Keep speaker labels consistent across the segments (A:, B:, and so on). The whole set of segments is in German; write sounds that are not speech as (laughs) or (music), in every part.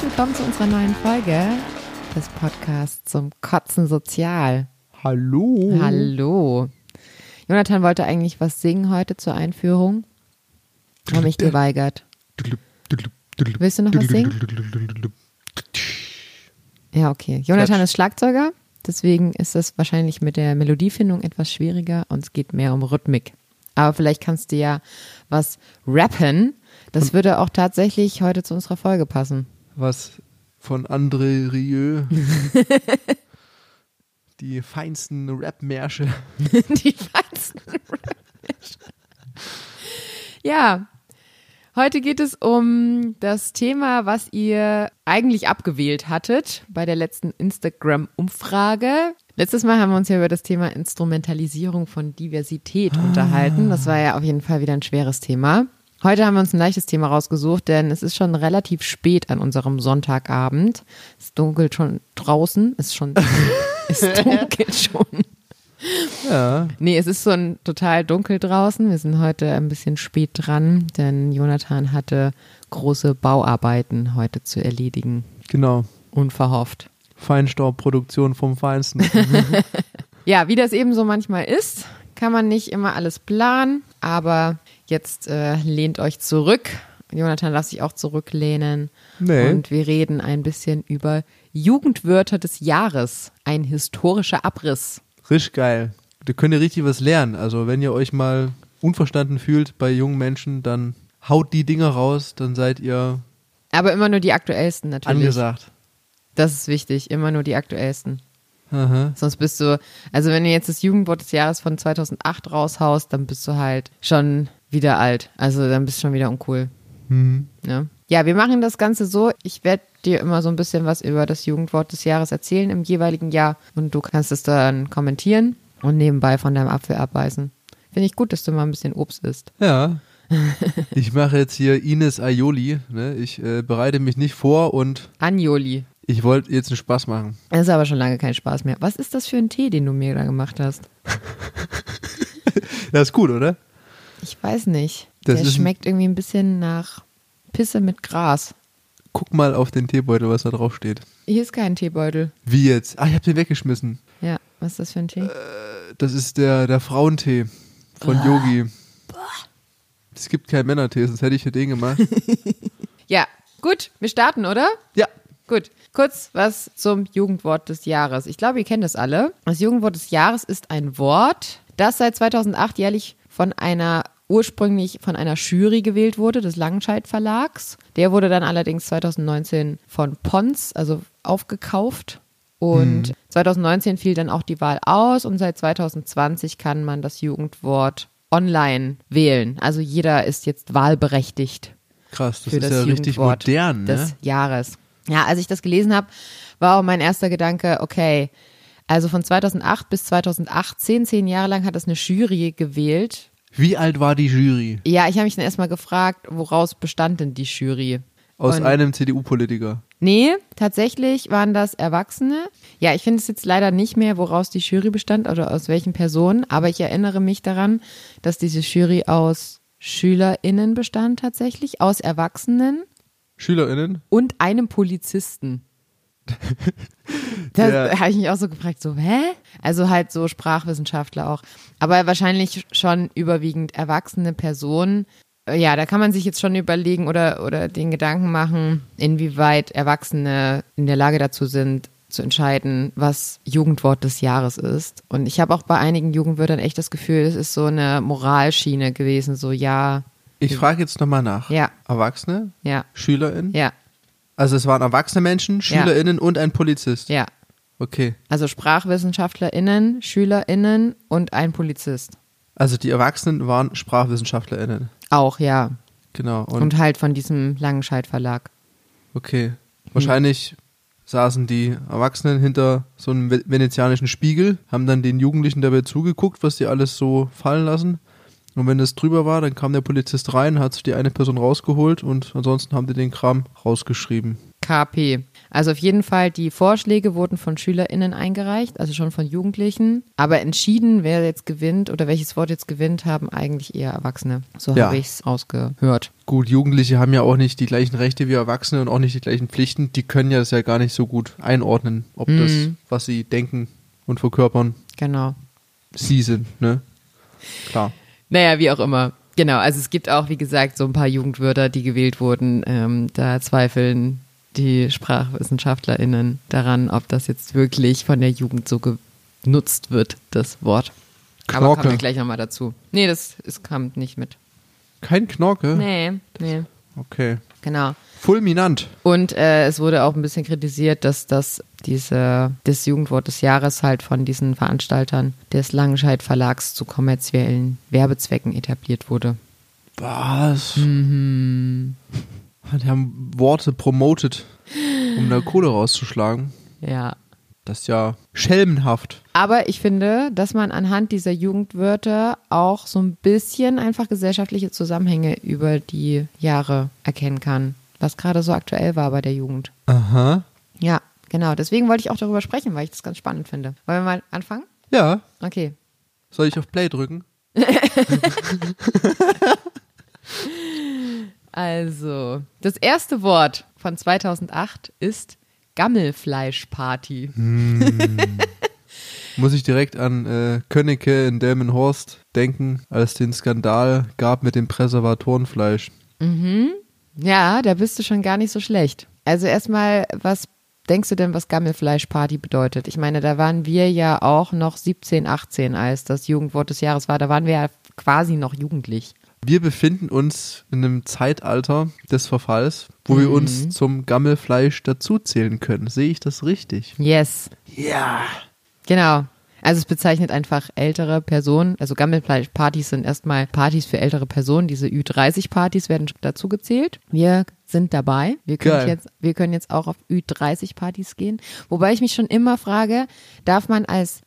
A: willkommen zu unserer neuen Folge des Podcasts zum Kotzen Sozial.
B: Hallo.
A: Hallo. Jonathan wollte eigentlich was singen heute zur Einführung. Habe mich geweigert. Willst du noch was
B: singen?
A: Ja, okay. Jonathan ist Schlagzeuger, deswegen ist es wahrscheinlich mit der Melodiefindung etwas schwieriger und es geht mehr um Rhythmik. Aber vielleicht kannst du ja was rappen. Das würde auch tatsächlich heute zu unserer Folge passen.
B: Was von André
A: (laughs)
B: Rieu. Die feinsten Rap-Märsche.
A: (laughs) Die feinsten Rap-Menschen. Ja. Heute geht es um das Thema, was ihr eigentlich abgewählt hattet bei der letzten Instagram-Umfrage. Letztes Mal haben wir uns ja über das Thema Instrumentalisierung von Diversität unterhalten. Das war ja auf jeden Fall wieder ein schweres Thema. Heute haben wir uns ein leichtes Thema rausgesucht, denn es ist schon relativ spät an unserem Sonntagabend. Es dunkelt schon draußen, es ist schon, es dunkelt schon.
B: Ja.
A: Nee, es ist so ein total dunkel draußen. Wir sind heute ein bisschen spät dran, denn Jonathan hatte große Bauarbeiten heute zu erledigen.
B: Genau.
A: Unverhofft.
B: Feinstaubproduktion vom Feinsten.
A: (laughs) Ja, wie das eben so manchmal ist, kann man nicht immer alles planen, aber jetzt äh, lehnt euch zurück. Jonathan darf sich auch zurücklehnen.
B: Nee.
A: Und wir reden ein bisschen über Jugendwörter des Jahres. Ein historischer Abriss.
B: Richtig geil. Da könnt ihr richtig was lernen. Also, wenn ihr euch mal unverstanden fühlt bei jungen Menschen, dann haut die Dinger raus, dann seid ihr
A: Aber immer nur die aktuellsten natürlich.
B: angesagt.
A: Das ist wichtig, immer nur die aktuellsten.
B: Aha.
A: Sonst bist du, also wenn du jetzt das Jugendwort des Jahres von 2008 raushaust, dann bist du halt schon wieder alt. Also dann bist du schon wieder uncool.
B: Mhm.
A: Ne? Ja, wir machen das Ganze so. Ich werde dir immer so ein bisschen was über das Jugendwort des Jahres erzählen im jeweiligen Jahr und du kannst es dann kommentieren und nebenbei von deinem Apfel abbeißen. Finde ich gut, dass du mal ein bisschen Obst isst. (laughs)
B: Ja. Ich mache jetzt hier Ines Aioli. Ne? Ich äh, bereite mich nicht vor und
A: Anjoli.
B: ich wollte jetzt einen Spaß machen.
A: Das ist aber schon lange kein Spaß mehr. Was ist das für ein Tee, den du mir da gemacht hast?
B: Das ist gut, oder?
A: Ich weiß nicht.
B: Das
A: Der
B: ist ein-
A: schmeckt irgendwie ein bisschen nach Pisse mit Gras.
B: Guck mal auf den Teebeutel, was da drauf steht.
A: Hier ist kein Teebeutel.
B: Wie jetzt? Ah, ich habe den weggeschmissen.
A: Ja, was ist das für ein Tee?
B: Das ist der, der Frauentee von
A: Ah.
B: Yogi. Es gibt keinen Männertee, sonst hätte ich hier
A: (laughs)
B: den gemacht.
A: Ja, gut, wir starten, oder?
B: ja,
A: Gut, kurz was zum Jugendwort des Jahres. Ich glaube, ihr kennt das alle. Das Jugendwort des Jahres ist ein Wort, das seit 2008 jährlich von einer ursprünglich von einer Jury gewählt wurde, des Langenscheidt Verlags. Der wurde dann allerdings 2019 von Pons, also aufgekauft. Und 2019 fiel dann auch die Wahl aus und seit 2020 kann man das Jugendwort online wählen. Also jeder ist jetzt wahlberechtigt
B: krass. Das
A: für
B: ist
A: das
B: ja richtig
A: Jugendwort
B: modern, ne?
A: des Jahres. Ja, als ich das gelesen habe, war auch mein erster Gedanke, okay, also von 2008 bis 2018, zehn Jahre lang hat das eine Jury gewählt.
B: Wie alt war die Jury?
A: Ja, ich habe mich dann erstmal gefragt, woraus bestand denn die Jury?
B: Aus
A: Und-
B: einem CDU-Politiker.
A: Nee, tatsächlich waren das Erwachsene. Ja, ich finde es jetzt leider nicht mehr, woraus die Jury bestand oder aus welchen Personen, aber ich erinnere mich daran, dass diese Jury aus SchülerInnen bestand tatsächlich, aus Erwachsenen.
B: SchülerInnen?
A: und einem Polizisten. Da
B: Der-
A: habe ich mich auch so gefragt, so, hä? Also halt so Sprachwissenschaftler auch. Aber wahrscheinlich schon überwiegend erwachsene Personen. Äh, Ja, da kann man sich jetzt schon überlegen oder, oder den Gedanken machen, inwieweit Erwachsene in der Lage dazu sind, zu entscheiden, was Jugendwort des Jahres ist. Und ich habe auch bei einigen Jugendwörtern echt das Gefühl, es ist so eine Moralschiene gewesen, so ja,
B: Ich frage jetzt nochmal nach.
A: Ja.
B: Erwachsene?
A: ja,
B: SchülerInnen?
A: ja,
B: Also es waren erwachsene Menschen, SchülerInnen und ein Polizist.
A: ja.
B: Okay.
A: Also SprachwissenschaftlerInnen, SchülerInnen und ein Polizist.
B: Also die Erwachsenen waren SprachwissenschaftlerInnen.
A: Auch, ja.
B: Genau. Und,
A: Und, halt von diesem Langenscheidt Verlag. Hm.
B: okay. Wahrscheinlich saßen die Erwachsenen hinter so einem ve- venezianischen Spiegel, haben dann den Jugendlichen dabei zugeguckt, was die alles so fallen lassen. Und wenn das drüber war, dann kam der Polizist rein, hat sich die eine Person rausgeholt und ansonsten haben die den Kram rausgeschrieben.
A: KP. Also auf jeden Fall, die Vorschläge wurden von SchülerInnen eingereicht, also schon von Jugendlichen. Aber entschieden, wer jetzt gewinnt oder welches Wort jetzt gewinnt, haben eigentlich eher Erwachsene. So
B: Ja.
A: habe ich es rausgehört.
B: Gut, Jugendliche haben ja auch nicht die gleichen Rechte wie Erwachsene und auch nicht die gleichen Pflichten. Die können ja das ja gar nicht so gut einordnen, ob
A: Mhm.
B: das, was sie denken und verkörpern,
A: Genau.
B: sie sind, ne? Klar.
A: Naja, wie auch immer. Genau, also es gibt auch, wie gesagt, so ein paar Jugendwörter, die gewählt wurden. Ähm, da zweifeln die SprachwissenschaftlerInnen daran, ob das jetzt wirklich von der Jugend so genutzt wird, das Wort. Aber kommen
B: Knorke.
A: wir gleich nochmal dazu. Nee, das, es kam nicht mit.
B: Kein Knorke?
A: Nee, nee.
B: Okay.
A: Genau.
B: Fulminant.
A: Und äh, es wurde auch ein bisschen kritisiert, dass das diese das Jugendwort des Jahres halt von diesen Veranstaltern des Langenscheidt Verlags zu kommerziellen Werbezwecken etabliert wurde.
B: Was? Mhm. Die haben Worte promoted, um da Kohle rauszuschlagen.
A: Ja.
B: Das ist ja schelmenhaft.
A: Aber ich finde, dass man anhand dieser Jugendwörter auch so ein bisschen einfach gesellschaftliche Zusammenhänge über die Jahre erkennen kann, was gerade so aktuell war bei der Jugend.
B: Aha.
A: Ja, genau. Deswegen wollte ich auch darüber sprechen, weil ich das ganz spannend finde. Wollen wir mal anfangen?
B: Ja.
A: Okay.
B: Soll ich auf Play drücken?
A: Also, das erste Wort von 2008 ist Gammelfleischparty.
B: Muss ich direkt an äh, Könnecke in Delmenhorst denken, als den Skandal gab mit dem Präservatorenfleisch.
A: Ja, da bist du schon gar nicht so schlecht. Also erstmal, was denkst du denn, was Gammelfleischparty bedeutet? Ich meine, da waren wir ja auch noch 17, 18, als das Jugendwort des Jahres war. Da waren wir ja quasi noch jugendlich.
B: Wir befinden uns in einem Zeitalter des Verfalls, wo wir uns zum Gammelfleisch dazuzählen können. Sehe ich das richtig?
A: Yes,
B: Ja.
A: genau. Also es bezeichnet einfach ältere Personen. Also Gammelfleischpartys sind erstmal Partys für ältere Personen. Diese Ü30-Partys werden dazu gezählt. Wir sind dabei. Wir können,
B: Geil.
A: jetzt, wir können jetzt auch auf Ü30-Partys gehen. Wobei ich mich schon immer frage, darf man als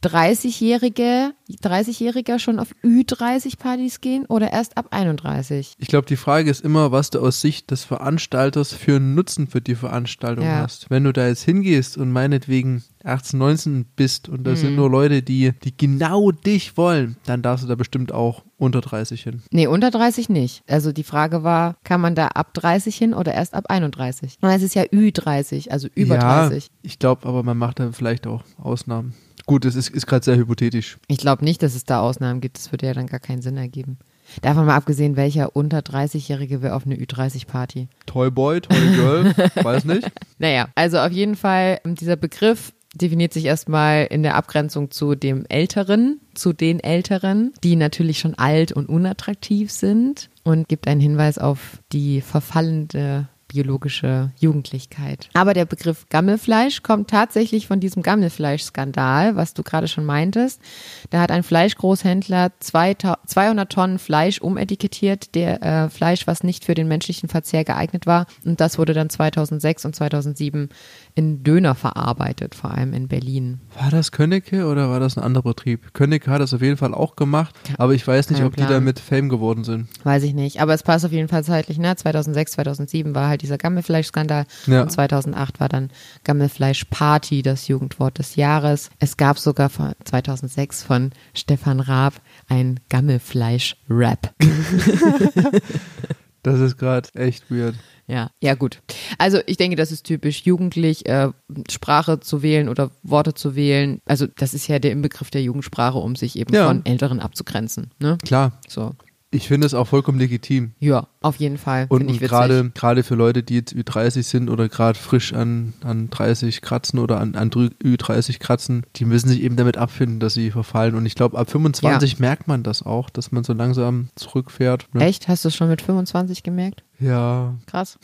A: 30-Jährige, 30-Jähriger schon auf Ü30-Partys gehen oder erst ab 31?
B: Ich glaube, die Frage ist immer, was du aus Sicht des Veranstalters für einen Nutzen für die Veranstaltung
A: Ja.
B: hast. Wenn du da jetzt hingehst und meinetwegen 18, 19 bist und da sind
A: Mhm.
B: nur Leute, die, die genau dich wollen, dann darfst du da bestimmt auch unter 30 hin.
A: Nee, unter 30 nicht. Also die Frage war, kann man da ab 30 hin oder erst ab 31? Und es ist ja Ü30, also über
B: ja,
A: 30.
B: Ich glaube, aber man macht dann vielleicht auch Ausnahmen. Gut, das ist, ist gerade sehr hypothetisch.
A: Ich glaube nicht, dass es da Ausnahmen gibt. Das würde ja dann gar keinen Sinn ergeben. Davon mal abgesehen, welcher unter 30-Jährige wäre auf eine Ü30-Party?
B: Toyboy,
A: (laughs)
B: Toygirl, weiß nicht.
A: Naja, also auf jeden Fall, ähm, dieser Begriff definiert sich erstmal in der Abgrenzung zu dem Älteren, zu den Älteren, die natürlich schon alt und unattraktiv sind und gibt einen Hinweis auf die verfallende biologische Jugendlichkeit. Aber der Begriff Gammelfleisch kommt tatsächlich von diesem Gammelfleischskandal, was du gerade schon meintest. Da hat ein Fleischgroßhändler 2000 200 Tonnen Fleisch umetikettiert, der äh, Fleisch, was nicht für den menschlichen Verzehr geeignet war. Und das wurde dann 2006 und 2007 in Döner verarbeitet, vor allem in Berlin.
B: War das Könnecke oder war das ein anderer Betrieb? Könnecke hat das auf jeden Fall auch gemacht, aber ich weiß nicht,
A: Kein
B: ob die
A: Plan.
B: damit Fame geworden sind.
A: Weiß ich nicht, aber es passt auf jeden Fall zeitlich. Ne? 2006, 2007 war halt dieser Gammelfleischskandal
B: Ja.
A: und 2008 war dann Gammelfleischparty, das Jugendwort des Jahres. Es gab sogar von 2006 von Stefan Raab ein Gammelfleisch-Rap.
B: Das ist gerade echt weird.
A: Ja, ja gut. Also ich denke, das ist typisch jugendlich, äh, Sprache zu wählen oder Worte zu wählen. Also das ist ja der Inbegriff der Jugendsprache, um sich eben
B: Ja.
A: von Älteren abzugrenzen. Ne?
B: Klar,
A: So,
B: ich finde es auch vollkommen legitim.
A: ja, auf jeden Fall.
B: Und,
A: Find
B: und
A: ich witzig.
B: gerade gerade für Leute, die jetzt Ü30 sind oder gerade frisch an, an 30 kratzen oder an, an drü- Ü30 kratzen, die müssen sich eben damit abfinden, dass sie verfallen. Und ich glaube, ab 25 merkt man das auch, dass man so langsam zurückfährt. Ne?
A: Echt? Hast du es schon mit 25 gemerkt?
B: Ja.
A: Krass.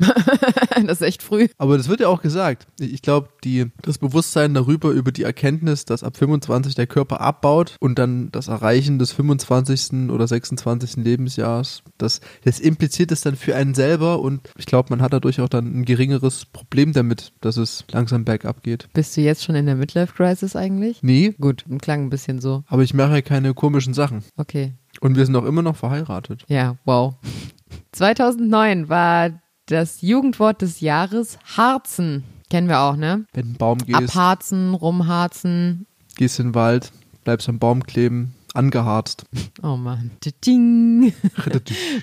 A: (laughs) das ist echt früh.
B: Aber das wird ja auch gesagt. Ich glaube, die das Bewusstsein darüber, über die Erkenntnis, dass ab 25 der Körper abbaut und dann das Erreichen des 25. oder 26. Lebensjahres, das, das impliziert es dann für einen selber und ich glaube, man hat dadurch auch dann ein geringeres Problem damit, dass es langsam bergab geht.
A: Bist du jetzt schon in der Midlife-Crisis eigentlich?
B: Nee,
A: Gut, klang ein bisschen so.
B: aber ich mache ja keine komischen Sachen.
A: Okay.
B: Und wir sind auch immer noch verheiratet.
A: Ja, wow. 2009 war Das Jugendwort des Jahres, Harzen. Kennen wir auch, ne?
B: Wenn du einen Baum gehst,
A: Abharzen, rumharzen.
B: gehst in den Wald, bleibst am Baum kleben, angeharzt.
A: Oh Mann. Ding.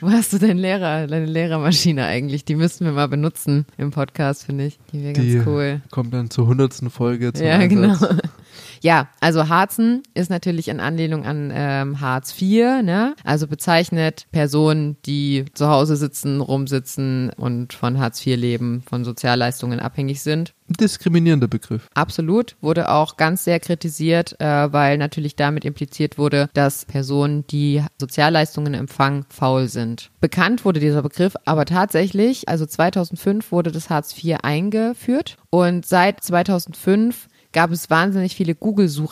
A: Wo hast du deinen Lehrer, deine Lehrermaschine eigentlich? Die müssten wir mal benutzen im Podcast, finde ich. Die wäre ganz
B: Die
A: cool.
B: kommt dann zur hundertsten Folge zum
A: Ja,
B: Einsatz.
A: genau. (laughs) Ja, also Harzen ist natürlich in Anlehnung an ähm, Hartz IV, ne? Also bezeichnet Personen, die zu Hause sitzen, rumsitzen und von Hartz IV leben, von Sozialleistungen abhängig sind.
B: Ein diskriminierender Begriff.
A: Absolut, wurde auch ganz sehr kritisiert, äh, weil natürlich damit impliziert wurde, dass Personen, die Sozialleistungen empfangen, faul sind. Bekannt wurde dieser Begriff aber tatsächlich, also 2005 wurde das Hartz IV eingeführt und seit 2005 gab es wahnsinnig viele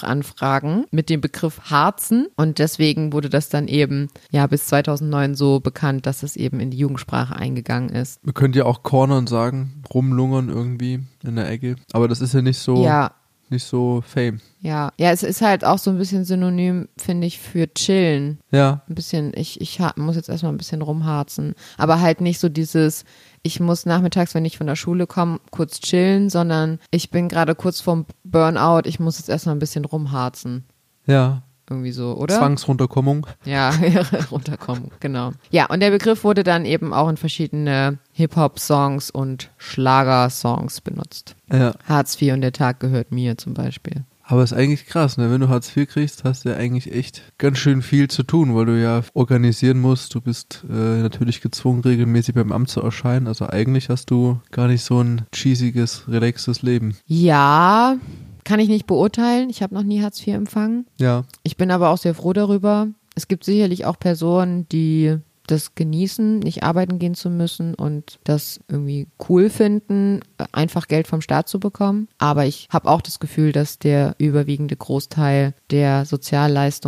A: Google-Suchanfragen mit dem Begriff Harzen und deswegen wurde das dann eben ja bis 2009 so bekannt, dass es eben in die Jugendsprache eingegangen ist.
B: Man könnte ja auch cornern sagen, rumlungern irgendwie in der Ecke. Aber das ist ja nicht so,
A: Ja,
B: nicht so fame.
A: Ja, ja, es ist halt auch so ein bisschen synonym, finde ich, für chillen.
B: Ja,
A: Ein bisschen, ich, ich ha- muss jetzt erstmal ein bisschen rumharzen. Aber halt nicht so dieses, ich muss nachmittags, wenn ich von der Schule komme, kurz chillen, sondern ich bin gerade kurz vorm Burnout, ich muss jetzt erstmal ein bisschen rumharzen.
B: ja.
A: Irgendwie so, oder?
B: Zwangsrunterkommung.
A: Ja, (laughs) runterkommen, genau. Ja, und der Begriff wurde dann eben auch in verschiedene Hip-Hop-Songs und Schlager-Songs benutzt.
B: Ja.
A: Hartz IV und der Tag gehört mir zum Beispiel.
B: Aber ist eigentlich krass, ne? Wenn du Hartz IV kriegst, hast du ja eigentlich echt ganz schön viel zu tun, weil du ja organisieren musst. Du bist äh, natürlich gezwungen, regelmäßig beim Amt zu erscheinen. Also eigentlich hast du gar nicht so ein cheesiges, relaxtes Leben.
A: Ja, kann ich nicht beurteilen. Ich habe noch nie Hartz IV empfangen.
B: Ja.
A: Ich bin aber auch sehr froh darüber. Es gibt sicherlich auch Personen, die das genießen, nicht arbeiten gehen zu müssen und das irgendwie cool finden, einfach Geld vom Staat zu bekommen. Aber ich habe auch das Gefühl, dass der überwiegende Großteil der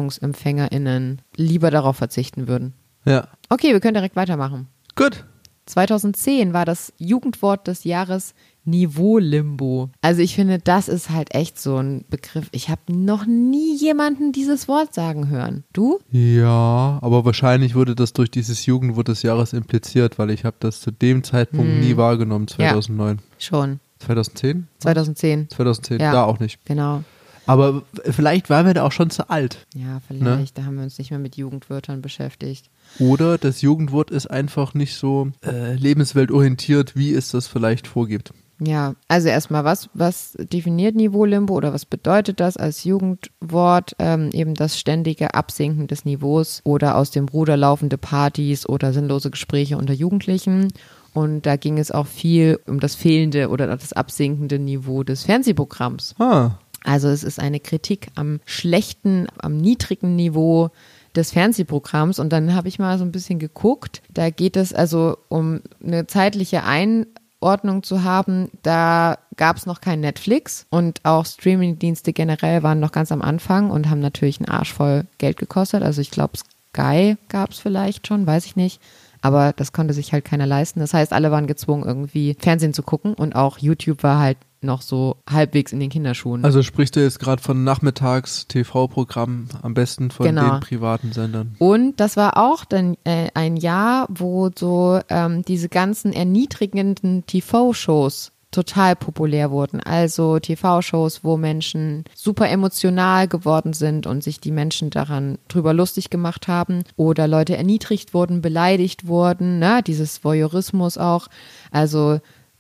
A: SozialleistungsempfängerInnen lieber darauf verzichten würden.
B: Ja.
A: Okay, wir können direkt weitermachen.
B: Gut.
A: 2010 war das Jugendwort des Jahres Niveau-Limbo. Also ich finde, das ist halt echt so ein Begriff. Ich habe noch nie jemanden dieses Wort sagen hören. Du?
B: Ja, aber wahrscheinlich wurde das durch dieses Jugendwort des Jahres impliziert, weil ich habe das zu dem Zeitpunkt
A: Hm.
B: nie wahrgenommen, 2009.
A: Schon.
B: 2010?
A: 2010.
B: 2010,
A: Ja.
B: da auch nicht.
A: Genau.
B: Aber vielleicht waren wir da auch schon zu alt.
A: Ja, vielleicht. Da haben wir uns nicht mehr mit Jugendwörtern beschäftigt.
B: Oder das Jugendwort ist einfach nicht so äh, lebensweltorientiert, wie es das vielleicht vorgibt.
A: Ja, also erstmal, was, was definiert Niveau-Limbo oder was bedeutet das als Jugendwort? Ähm, eben das ständige Absinken des Niveaus oder aus dem Ruder laufende Partys oder sinnlose Gespräche unter Jugendlichen. Und da ging es auch viel um das fehlende oder das absinkende Niveau des Fernsehprogramms.
B: Ah,
A: Also es ist eine Kritik am schlechten, am niedrigen Niveau des Fernsehprogramms. Und dann habe ich mal so ein bisschen geguckt. Da geht es also um eine zeitliche Einordnung zu haben. Da gab es noch kein Netflix und auch Streamingdienste generell waren noch ganz am Anfang und haben natürlich einen Arsch voll Geld gekostet. Also ich glaube, Sky gab es vielleicht schon, weiß ich nicht. Aber das konnte sich halt keiner leisten. Das heißt, alle waren gezwungen, irgendwie Fernsehen zu gucken und auch YouTube war halt noch so halbwegs in den Kinderschuhen.
B: also sprichst du jetzt gerade von Nachmittags-TV-Programmen, am besten von
A: Genau.
B: den privaten Sendern.
A: Und das war auch dann äh, ein Jahr, wo so ähm, diese ganzen erniedrigenden TV-Shows total populär wurden. Also TV-Shows, wo Menschen super emotional geworden sind und sich die Menschen daran drüber lustig gemacht haben oder Leute erniedrigt wurden, beleidigt wurden, ne? dieses Voyeurismus auch. Also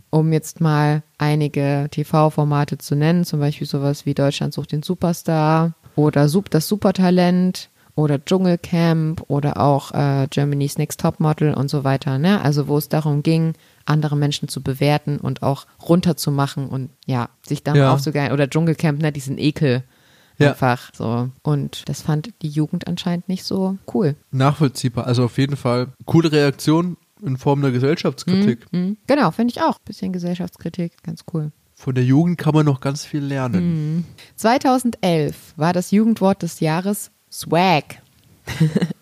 A: um jetzt mal einige TV-Formate zu nennen, zum Beispiel sowas wie Deutschland sucht den Superstar oder Sup das Supertalent oder Dschungelcamp oder auch äh, Germany's Next Topmodel und so weiter. Ne? Also wo es darum ging, andere Menschen zu bewerten und auch runterzumachen und ja, sich dann
B: Ja.
A: aufzugeilen. Oder Dschungelcamp, ne, diesen Ekel
B: Ja.
A: einfach so. Und das fand die Jugend anscheinend nicht so cool.
B: Nachvollziehbar, also auf jeden Fall coole Reaktion in Form der Gesellschaftskritik.
A: Hm? Genau, finde ich auch. Bisschen Gesellschaftskritik, ganz cool.
B: Von der Jugend kann man noch ganz viel
A: Hm.
B: lernen.
A: 2011 war das Jugendwort des Jahres Swag. (laughs)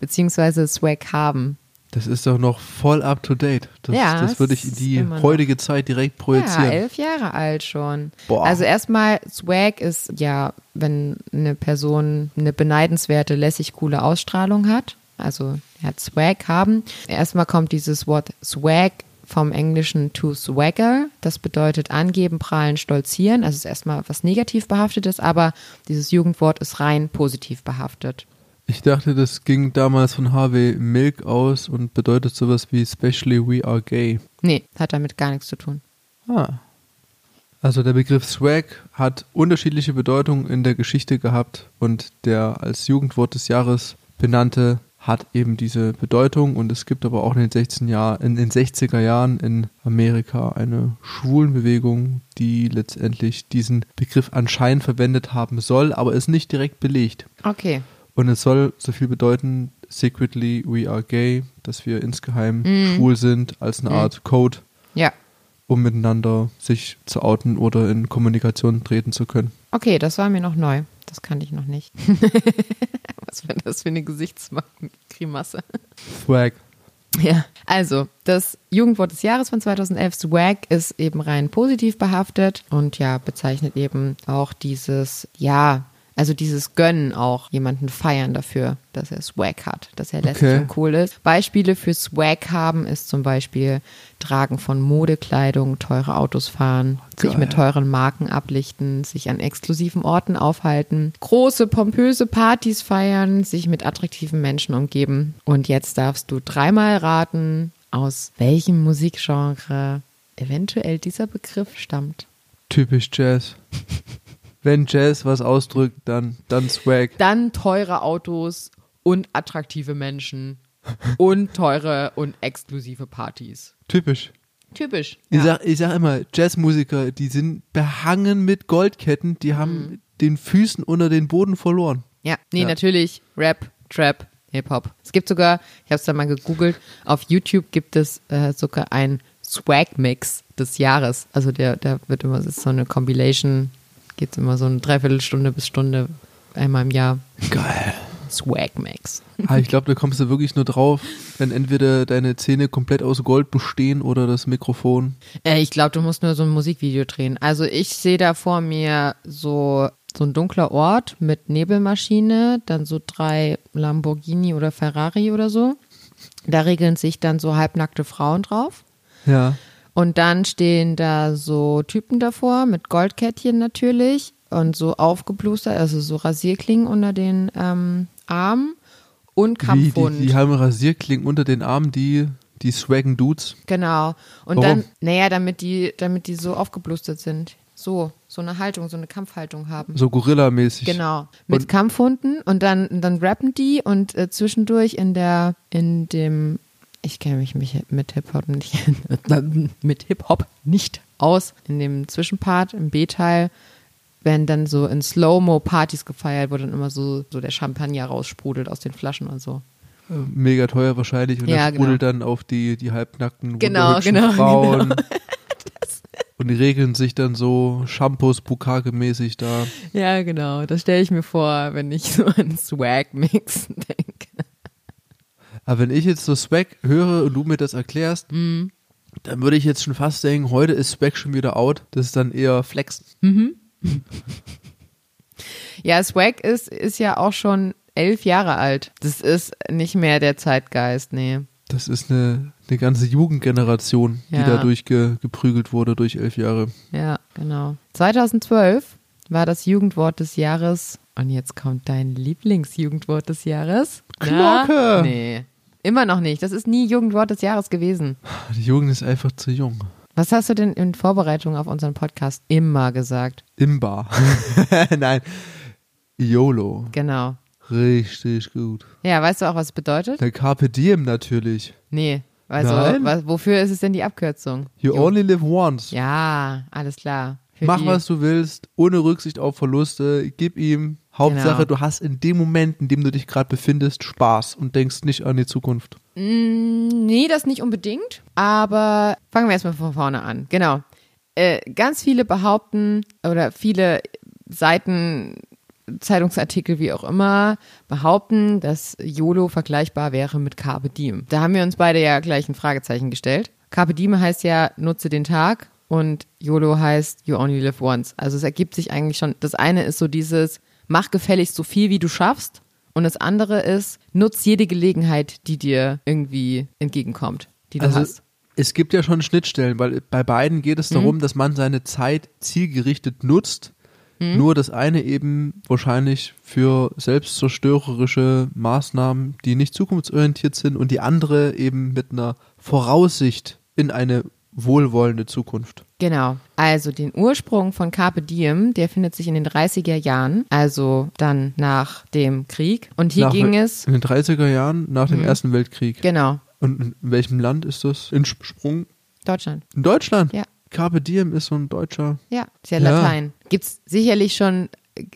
A: Beziehungsweise Swag haben.
B: Das ist doch noch voll up to date. Das,
A: Ja,
B: das würde ich
A: es
B: in
A: ist
B: die
A: immer noch-
B: heutige Zeit direkt projizieren.
A: Ja, elf Jahre alt schon.
B: Boah.
A: Also erstmal, Swag ist ja, wenn eine Person eine beneidenswerte, lässig coole Ausstrahlung hat. Also ja, Swag haben. Erstmal kommt dieses Wort Swag vom englischen to swagger. Das bedeutet angeben, prahlen, stolzieren. Also es ist erstmal was negativ behaftetes, aber dieses Jugendwort ist rein positiv behaftet.
B: Ich dachte, das ging damals von Harvey Milk aus und bedeutet sowas wie Especially we are gay.
A: Nee, hat damit gar nichts zu tun.
B: Ah. Also der Begriff Swag hat unterschiedliche Bedeutungen in der Geschichte gehabt und der als Jugendwort des Jahres benannte hat eben diese Bedeutung und es gibt aber auch in den, 16 Jahr, in den 60er Jahren in Amerika eine Schwulenbewegung, die letztendlich diesen Begriff anscheinend verwendet haben soll, aber ist nicht direkt belegt.
A: Okay.
B: Und es soll so viel bedeuten, secretly we are gay, dass wir insgeheim schwul sind, als eine Art Code,
A: Ja.
B: um miteinander sich zu outen oder in Kommunikation treten zu können.
A: Okay, das war mir noch neu. Das kannte ich noch nicht. (laughs) Was war das für eine Gesichtsgrimasse?
B: Swag.
A: Ja, also das Jugendwort des Jahres von 2011, Swag, ist eben rein positiv behaftet und ja, bezeichnet eben auch dieses, ja, also dieses Gönnen auch, jemanden feiern dafür, dass er Swag hat, dass er lässig
B: Okay.
A: und cool ist. Beispiele für Swag haben ist zum Beispiel Tragen von Modekleidung, teure Autos fahren, sich
B: Geil.
A: mit teuren Marken ablichten, sich an exklusiven Orten aufhalten, große, pompöse Partys feiern, sich mit attraktiven Menschen umgeben. Und jetzt darfst du dreimal raten, aus welchem Musikgenre eventuell dieser Begriff stammt.
B: Typisch
A: (laughs)
B: Jazz. Wenn Jazz was ausdrückt, dann, dann Swag.
A: Dann teure Autos und attraktive Menschen und teure und exklusive Partys.
B: Typisch.
A: Typisch.
B: Ich, sag, ich sag immer, Jazzmusiker, die sind behangen mit Goldketten, die haben
A: Mhm.
B: den Füßen unter den Boden
A: (laughs)
B: verloren.
A: Ja, nee,
B: Ja.
A: natürlich. Rap, Trap, Hip-Hop. Es gibt sogar, ich habe es da mal gegoogelt, auf YouTube gibt es äh, sogar ein Swag-Mix des Jahres. Also der, der wird immer, es ist so eine Compilation, geht immer so eine Dreiviertelstunde bis Stunde einmal im Jahr.
B: Geil.
A: Swag-Mix.
B: Ah, ich glaube, da kommst du wirklich nur drauf, wenn entweder deine Zähne komplett aus Gold bestehen oder das Mikrofon.
A: Äh, ich glaube, du musst nur so ein Musikvideo drehen. Also ich sehe da vor mir so so ein dunkler Ort mit Nebelmaschine, dann so drei Lamborghini oder Ferrari oder so. Da regeln sich dann so halbnackte Frauen drauf.
B: Ja.
A: Und dann stehen da so Typen davor mit Goldkettchen natürlich und so aufgeblustert, also so Rasierklingen unter den ähm, Armen und
B: Wie, die,
A: Kampfhund.
B: die haben Rasierklingen unter den Armen, die, die swaggen Dudes.
A: Genau. Und
B: Warum?
A: dann, naja, damit die, damit die so aufgeblustert sind. So, so eine Haltung, so eine Kampfhaltung haben.
B: So Gorilla-mäßig.
A: Genau, mit
B: Und-
A: Kampfhunden und dann, dann rappen die und äh, zwischendurch in der, in dem, ich kenne mich mit, mit Hip-Hop nicht, (laughs) mit Hip-Hop nicht aus, in dem Zwischenpart, im B-Teil, werden dann so in Slow-Mo Partys gefeiert, wo dann immer so, so der Champagner raussprudelt aus den Flaschen und so.
B: Äh, Mega teuer wahrscheinlich. Und
A: Ja,
B: das
A: genau.
B: sprudelt dann auf die, die halbnackten
A: Genau,
B: wunderhübschen
A: genau, (laughs)
B: Frauen. Und die regeln sich dann so Shampoos Bukake-mäßig da.
A: Ja, genau, das stelle ich mir vor, wenn ich (laughs) so an Swag-Mix denke.
B: Aber wenn ich jetzt so Swag höre und du mir das erklärst,
A: Mhm.
B: dann würde ich jetzt schon fast denken, heute ist Swag schon wieder out. Das ist dann eher Flex.
A: Ja, Swag ist, ist ja auch schon elf Jahre alt. Das ist nicht mehr der Zeitgeist, nee.
B: Das ist eine, eine ganze Jugendgeneration, die
A: Ja.
B: dadurch ge, geprügelt wurde durch elf Jahre.
A: Ja, genau. 2012 war das Jugendwort des Jahres. Und jetzt kommt dein Lieblingsjugendwort des Jahres. Na?
B: Glocke.
A: Nee. Immer noch nicht. Das ist nie Jugendwort des Jahres gewesen.
B: Die Jugend ist einfach zu jung.
A: Was hast du denn in Vorbereitung auf unseren Podcast immer gesagt?
B: Imba. (laughs) Nein. YOLO.
A: Genau.
B: Richtig gut.
A: Ja, weißt du auch, was es bedeutet?
B: Der Carpe Diem natürlich.
A: Nee. Also,
B: Nein.
A: was, wofür ist es denn die Abkürzung?
B: You
A: Jo-
B: only live once.
A: Ja, alles klar. Für
B: Mach
A: die-
B: was du willst, ohne Rücksicht auf Verluste. Gib ihm.
A: Genau.
B: Hauptsache, du hast in dem Moment, in dem du dich gerade befindest, Spaß und denkst nicht an die Zukunft.
A: Mm, Nee, das nicht unbedingt. Aber fangen wir erstmal von vorne an. Genau. Äh, ganz viele behaupten oder viele Seiten, Zeitungsartikel, wie auch immer, behaupten, dass YOLO vergleichbar wäre mit Carpe Diem. Da haben wir uns beide ja gleich ein Fragezeichen gestellt. Carpe Diem heißt ja, nutze den Tag und YOLO heißt, you only live once. Also es ergibt sich eigentlich schon, das eine ist so dieses, mach gefälligst so viel, wie du schaffst. Und das
B: Also
A: andere ist, nutz jede Gelegenheit, die dir irgendwie entgegenkommt, die du hast. Mhm.
B: es gibt ja schon Schnittstellen, weil bei beiden geht es darum, dass man seine Zeit zielgerichtet nutzt.
A: Mhm.
B: Nur das eine eben wahrscheinlich für selbstzerstörerische Maßnahmen, die nicht zukunftsorientiert sind, und die andere eben mit einer Voraussicht in eine wohlwollende Zukunft.
A: Genau. Also den Ursprung von Carpe Diem, der findet sich in den 30er Jahren, also dann nach dem Krieg. Und hier
B: Nach-
A: ging es, Mhm.
B: In den 30er Jahren nach dem Ersten Weltkrieg.
A: genau,
B: Und in welchem Land ist das? In Sp- Sprung?
A: Deutschland.
B: In Deutschland?
A: Ja.
B: Carpe Diem ist so ein deutscher.
A: Ja, ist ja
B: Ja.
A: Latein. Gibt's sicherlich schon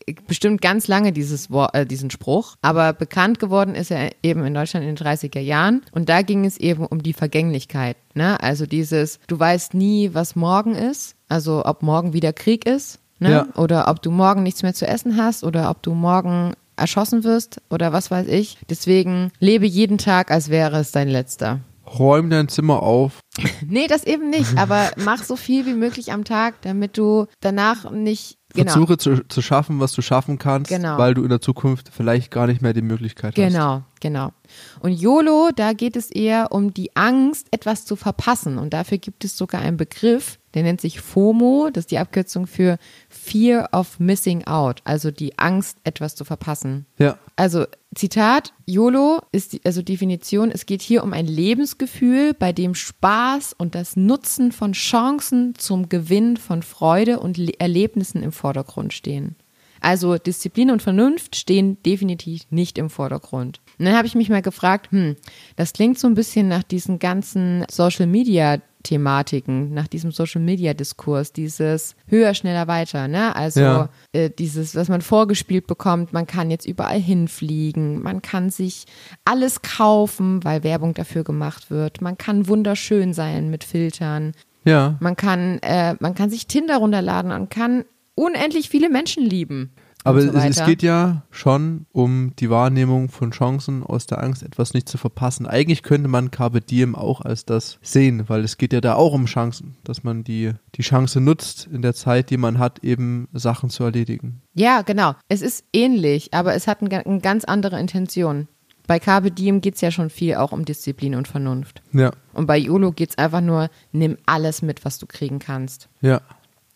A: äh, bestimmt ganz lange dieses Wort, äh, diesen Spruch, aber bekannt geworden ist er eben in Deutschland in den 30er Jahren und da ging es eben um die Vergänglichkeit, ne? Also dieses du weißt nie, was morgen ist, also ob morgen wieder Krieg ist, ne?
B: Ja.
A: Oder ob du morgen nichts mehr zu essen hast oder ob du morgen erschossen wirst oder was weiß ich. Deswegen lebe jeden Tag, als wäre es dein letzter.
B: Räum dein Zimmer auf.
A: Nee, das eben nicht, aber mach so viel wie möglich am Tag, damit du danach nicht. Genau.
B: Versuche zu, zu schaffen, was du schaffen kannst,
A: Genau.
B: weil du in der Zukunft vielleicht gar nicht mehr die Möglichkeit hast.
A: Genau, genau. Und YOLO, da geht es eher um die Angst, etwas zu verpassen. Und dafür gibt es sogar einen Begriff, der nennt sich FOMO. Das ist die Abkürzung für Fear of Missing Out, also die Angst, etwas zu verpassen.
B: Ja.
A: Also Zitat, YOLO ist die, also Definition, es geht hier um ein Lebensgefühl, bei dem Spaß und das Nutzen von Chancen zum Gewinn von Freude und Le Erlebnissen im Vordergrund stehen. Also Disziplin und Vernunft stehen definitiv nicht im Vordergrund. Und dann habe ich mich mal gefragt, hm, das klingt so ein bisschen nach diesen ganzen Social Media Thematiken, nach diesem Social Media Diskurs, dieses höher, schneller, weiter, ne? Also
B: Ja.
A: äh, dieses, was man vorgespielt bekommt, man kann jetzt überall hinfliegen, man kann sich alles kaufen, weil Werbung dafür gemacht wird, man kann wunderschön sein mit Filtern,
B: Ja.
A: man kann, äh, man kann sich Tinder runterladen und kann unendlich viele Menschen lieben.
B: Aber
A: und so
B: es, es
A: weiter.
B: geht ja schon um die Wahrnehmung von Chancen aus der Angst, etwas nicht zu verpassen. Eigentlich könnte man Carpe Diem auch als das sehen, weil es geht ja da auch um Chancen, dass man die, die Chance nutzt, in der Zeit, die man hat, eben Sachen zu erledigen.
A: Ja, genau. Es ist ähnlich, aber es hat ein, ga- eine ganz andere Intention. Bei Carpe Diem geht es ja schon viel auch um Disziplin und Vernunft.
B: Ja,
A: Und bei YOLO geht es einfach nur, nimm alles mit, was du kriegen kannst.
B: ja,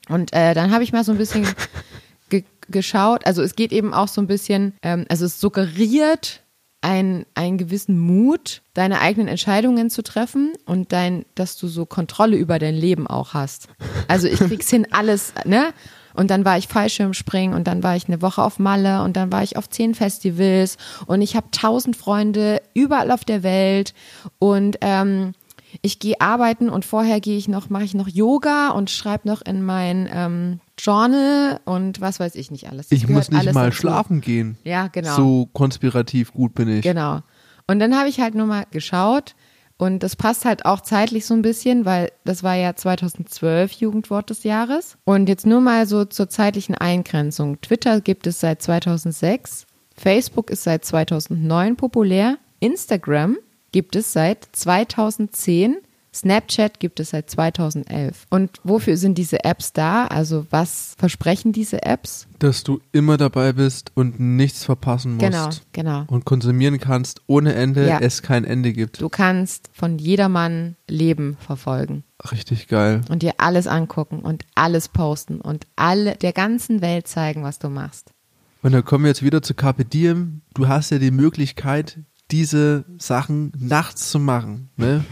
A: Und äh, dann habe ich mal so ein bisschen ge geschaut. Also es geht eben auch so ein bisschen, ähm, also es suggeriert ein, einen gewissen Mut, deine eigenen Entscheidungen zu treffen und dein, dass du so Kontrolle über dein Leben auch hast. Also ich krieg's hin, alles, ne? Und dann war ich Fallschirmspringen und dann war ich eine Woche auf Malle und dann war ich auf zehn Festivals und ich habe tausend Freunde überall auf der Welt und ähm, ich gehe arbeiten und vorher gehe ich noch, mache ich noch Yoga und schreibe noch in mein ähm, Journal und was weiß ich nicht alles. Das
B: Ich
A: gehört
B: muss nicht
A: alles
B: mal
A: dazu.
B: schlafen gehen.
A: Ja, genau.
B: So konspirativ gut bin ich.
A: Genau. Und dann habe ich halt nur mal geschaut und das passt halt auch zeitlich so ein bisschen, weil das war ja 2012 Jugendwort des Jahres. Und jetzt nur mal so zur zeitlichen Eingrenzung. Twitter gibt es seit 2006, Facebook ist seit 2009 populär, Instagram gibt es seit 2010. Snapchat gibt es seit 2011. Und wofür sind diese Apps da? Also was versprechen diese Apps?
B: Dass du immer dabei bist und nichts verpassen musst.
A: Genau, genau.
B: Und konsumieren kannst ohne Ende,
A: Ja.
B: es kein Ende gibt.
A: Du kannst von jedermann Leben verfolgen
B: Richtig geil.
A: und dir alles angucken und alles posten und alle der ganzen Welt zeigen, was du machst.
B: Und dann kommen wir jetzt wieder zu Carpe Diem. Du hast ja die Möglichkeit, diese Sachen nachts zu machen,
A: (laughs)
B: ne?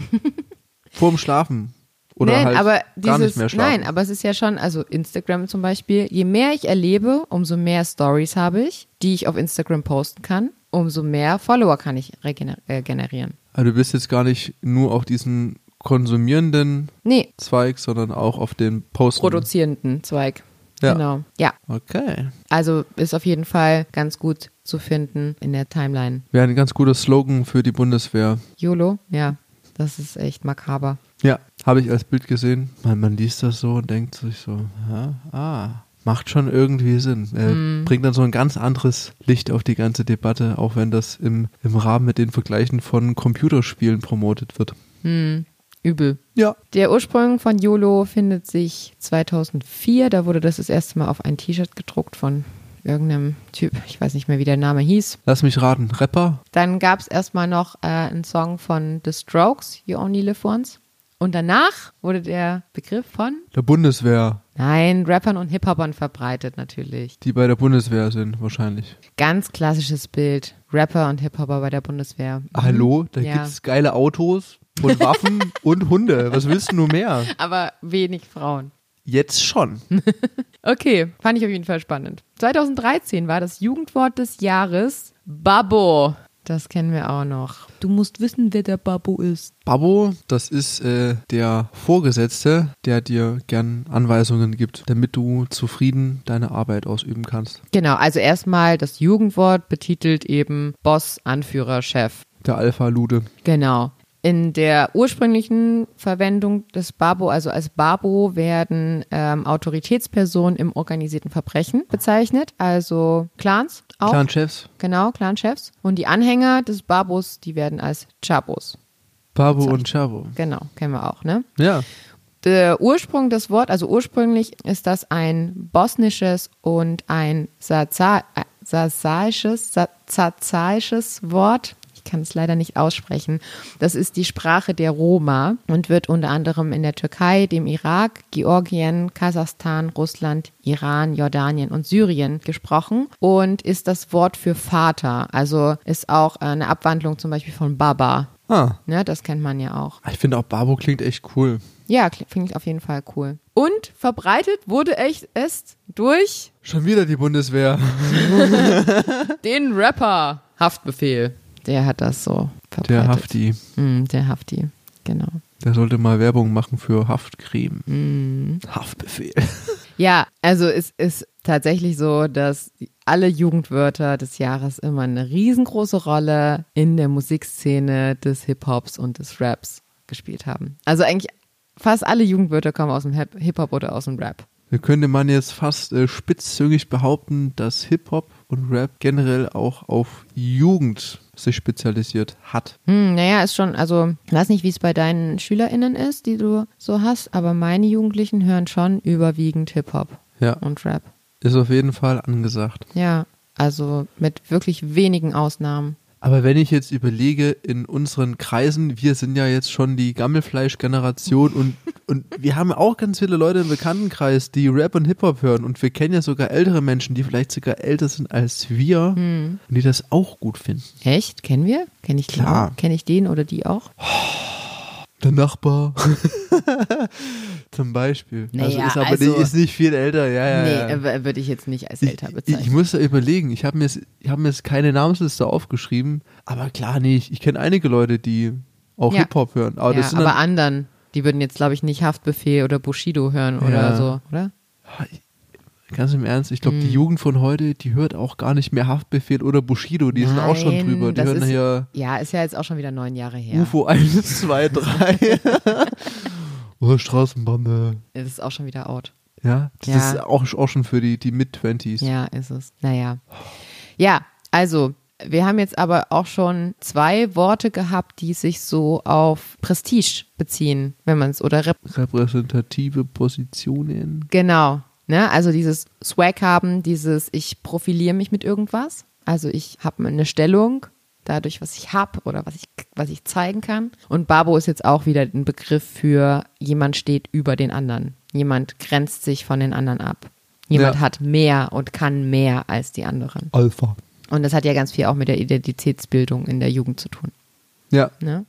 B: Vorm Schlafen. Oder
A: nein,
B: halt
A: aber
B: gar
A: dieses,
B: nicht mehr schlafen.
A: nein, aber es ist ja schon, also Instagram zum Beispiel, je mehr ich erlebe, umso mehr Stories habe ich, die ich auf Instagram posten kann, umso mehr Follower kann ich regener äh, generieren.
B: also du bist jetzt gar nicht nur auf diesen konsumierenden
A: Nee,
B: Zweig, sondern auch auf den Post.
A: produzierenden Zweig.
B: Ja.
A: Genau. Ja,
B: Okay.
A: also ist auf jeden Fall ganz gut zu finden in der Timeline.
B: Wäre ein ganz guter Slogan für die Bundeswehr.
A: YOLO, ja, das ist echt makaber.
B: Ja, habe ich als Bild gesehen. Man, man liest das so und denkt sich so, ja, ah, macht schon irgendwie Sinn. Äh, Bringt dann so ein ganz anderes Licht auf die ganze Debatte, auch wenn das im, im Rahmen mit den Vergleichen von Computerspielen promotet wird.
A: Hm, Übel.
B: Ja.
A: Der Ursprung von YOLO findet sich 2004. Da wurde das das erste Mal auf ein T-Shirt gedruckt von irgendeinem Typ. Ich weiß nicht mehr, wie der Name hieß.
B: Lass mich raten, Rapper?
A: Dann gab es erstmal noch äh, einen Song von The Strokes, You Only Live Once. Und danach wurde der Begriff von,
B: Der Bundeswehr,
A: nein, Rappern und Hip-Hopern verbreitet natürlich.
B: die bei der Bundeswehr sind, wahrscheinlich.
A: Ganz klassisches Bild. Rapper und Hip-Hopper bei der Bundeswehr.
B: Hallo, da
A: Mhm. Ja.
B: gibt's geile Autos und Waffen und Hunde. Was willst du nur mehr?
A: Aber wenig Frauen.
B: Jetzt schon.
A: Okay, fand ich auf jeden Fall spannend. 2013 war das Jugendwort des Jahres Babbo. Das kennen wir auch noch. Du musst wissen, wer der Babbo ist.
B: Babbo, das ist äh, der Vorgesetzte, der dir gern Anweisungen gibt, damit du zufrieden deine Arbeit ausüben kannst.
A: Genau, also erstmal das Jugendwort betitelt eben Boss, Anführer, Chef.
B: Der Alpha-Lude.
A: Genau. In der ursprünglichen Verwendung des Babo, also als Babo, werden ähm, Autoritätspersonen im organisierten Verbrechen bezeichnet, also Clans auch.
B: Clan-Chefs.
A: Genau, Clanchefs. Und die Anhänger des Babos, die werden als Chabos.
B: Babbo und Chavo.
A: Genau, kennen wir auch, ne?
B: Ja.
A: Der Ursprung des Wort, also ursprünglich ist das ein bosnisches und ein saza- äh, sasaisches, sa- sazaisches Wort. Ich kann es leider nicht aussprechen. Das ist die Sprache der Roma und wird unter anderem in der Türkei, dem Irak, Georgien, Kasachstan, Russland, Iran, Jordanien und Syrien gesprochen und ist das Wort für Vater. Also ist auch eine Abwandlung zum Beispiel von Baba.
B: Ah,
A: Ne, das kennt man ja auch.
B: ich finde auch Babbo klingt echt cool.
A: Ja, kli- finde ich auf jeden Fall cool. Und verbreitet wurde echt es durch
B: Schon wieder die Bundeswehr.
A: den Rapper Haftbefehl. Der hat das so verbreitet.
B: Der Hafti.
A: Mm, der Hafti, genau.
B: Der sollte mal Werbung machen für Haftcreme. Haftbefehl.
A: Ja, also es ist tatsächlich so, dass die- alle Jugendwörter des Jahres immer eine riesengroße Rolle in der Musikszene des Hip-Hops und des Raps gespielt haben. Also eigentlich fast alle Jugendwörter kommen aus dem Hip- Hip-Hop oder aus dem Rap.
B: Da könnte man jetzt fast äh, spitzzüngig behaupten, dass Hip-Hop und Rap generell auch auf Jugend sich spezialisiert hat.
A: Hm, naja, ist schon, also ich weiß nicht, wie es bei deinen SchülerInnen ist, die du so hast, aber meine Jugendlichen hören schon überwiegend Hip-Hop
B: Ja,
A: und Rap.
B: ist auf jeden Fall angesagt.
A: Ja, also mit wirklich wenigen Ausnahmen.
B: Aber wenn ich jetzt überlege, in unseren Kreisen, wir sind ja jetzt schon die
A: (laughs)
B: Gammelfleisch-Generation und, und wir haben auch ganz viele Leute im Bekanntenkreis, die Rap und Hip-Hop hören und wir kennen ja sogar ältere Menschen, die vielleicht sogar älter sind als wir
A: Hm.
B: und die das auch gut finden.
A: Echt? Kennen wir? Kenne ich
B: Klar.
A: Kenne ich den oder die auch?
B: Der Nachbar.
A: (laughs)
B: (laughs) Zum Beispiel. also
A: Naja,
B: ist aber
A: also-
B: die ist nicht viel älter, ja, ja. ja.
A: Nee, äh, würde ich jetzt nicht als
B: ich,
A: älter
B: ich, ich
A: bezeichnen.
B: muss da überlegen, ich habe mir, jetzt- ich hab mir jetzt keine Namensliste aufgeschrieben, aber klar nicht. Ich kenne einige Leute, die auch
A: Ja.
B: Hip-Hop hören. Aber das
A: ja,
B: sind
A: aber
B: dann,
A: anderen, die würden jetzt, glaube ich, nicht Haftbefehl oder Bushido hören oder
B: Ja.
A: so, oder?
B: ganz im Ernst, ich
A: Hm.
B: glaube, die Jugend von heute, die hört auch gar nicht mehr Haftbefehl oder Bushido, die sind auch schon
A: Nein,
B: drüber. Die
A: das
B: hören
A: ist-
B: hier
A: Ja, ist ja jetzt auch schon wieder neun Jahre her.
B: UFO 1, 2,
A: (laughs)
B: 3. oder Straßenbande.
A: Das ist auch schon wieder out.
B: Ja, das
A: Ja.
B: ist auch, auch schon für die, die Mid-20s.
A: Ja, ist es. Naja. Ja, also, wir haben jetzt aber auch schon zwei Worte gehabt, die sich so auf Prestige beziehen, wenn man es oder rep
B: repräsentative Positionen.
A: genau. Ne? Also dieses Swag haben, dieses ich profiliere mich mit irgendwas. Also ich habe eine Stellung dadurch, was ich habe oder was ich, was ich zeigen kann. Und Babo ist jetzt auch wieder ein Begriff für jemand steht über den anderen. Jemand grenzt sich von den anderen ab. Jemand
B: Ja.
A: hat mehr und kann mehr als die anderen.
B: Alpha.
A: Und das hat ja ganz viel auch mit der Identitätsbildung in der Jugend zu tun.
B: Ja,
A: Ne?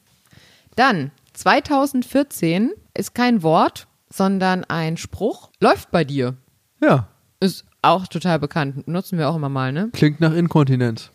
A: Dann, 2014 ist kein Wort, sondern ein Spruch. Läuft bei dir.
B: ja.
A: Ist auch total bekannt. Nutzen wir auch immer mal, ne?
B: Klingt nach Inkontinenz.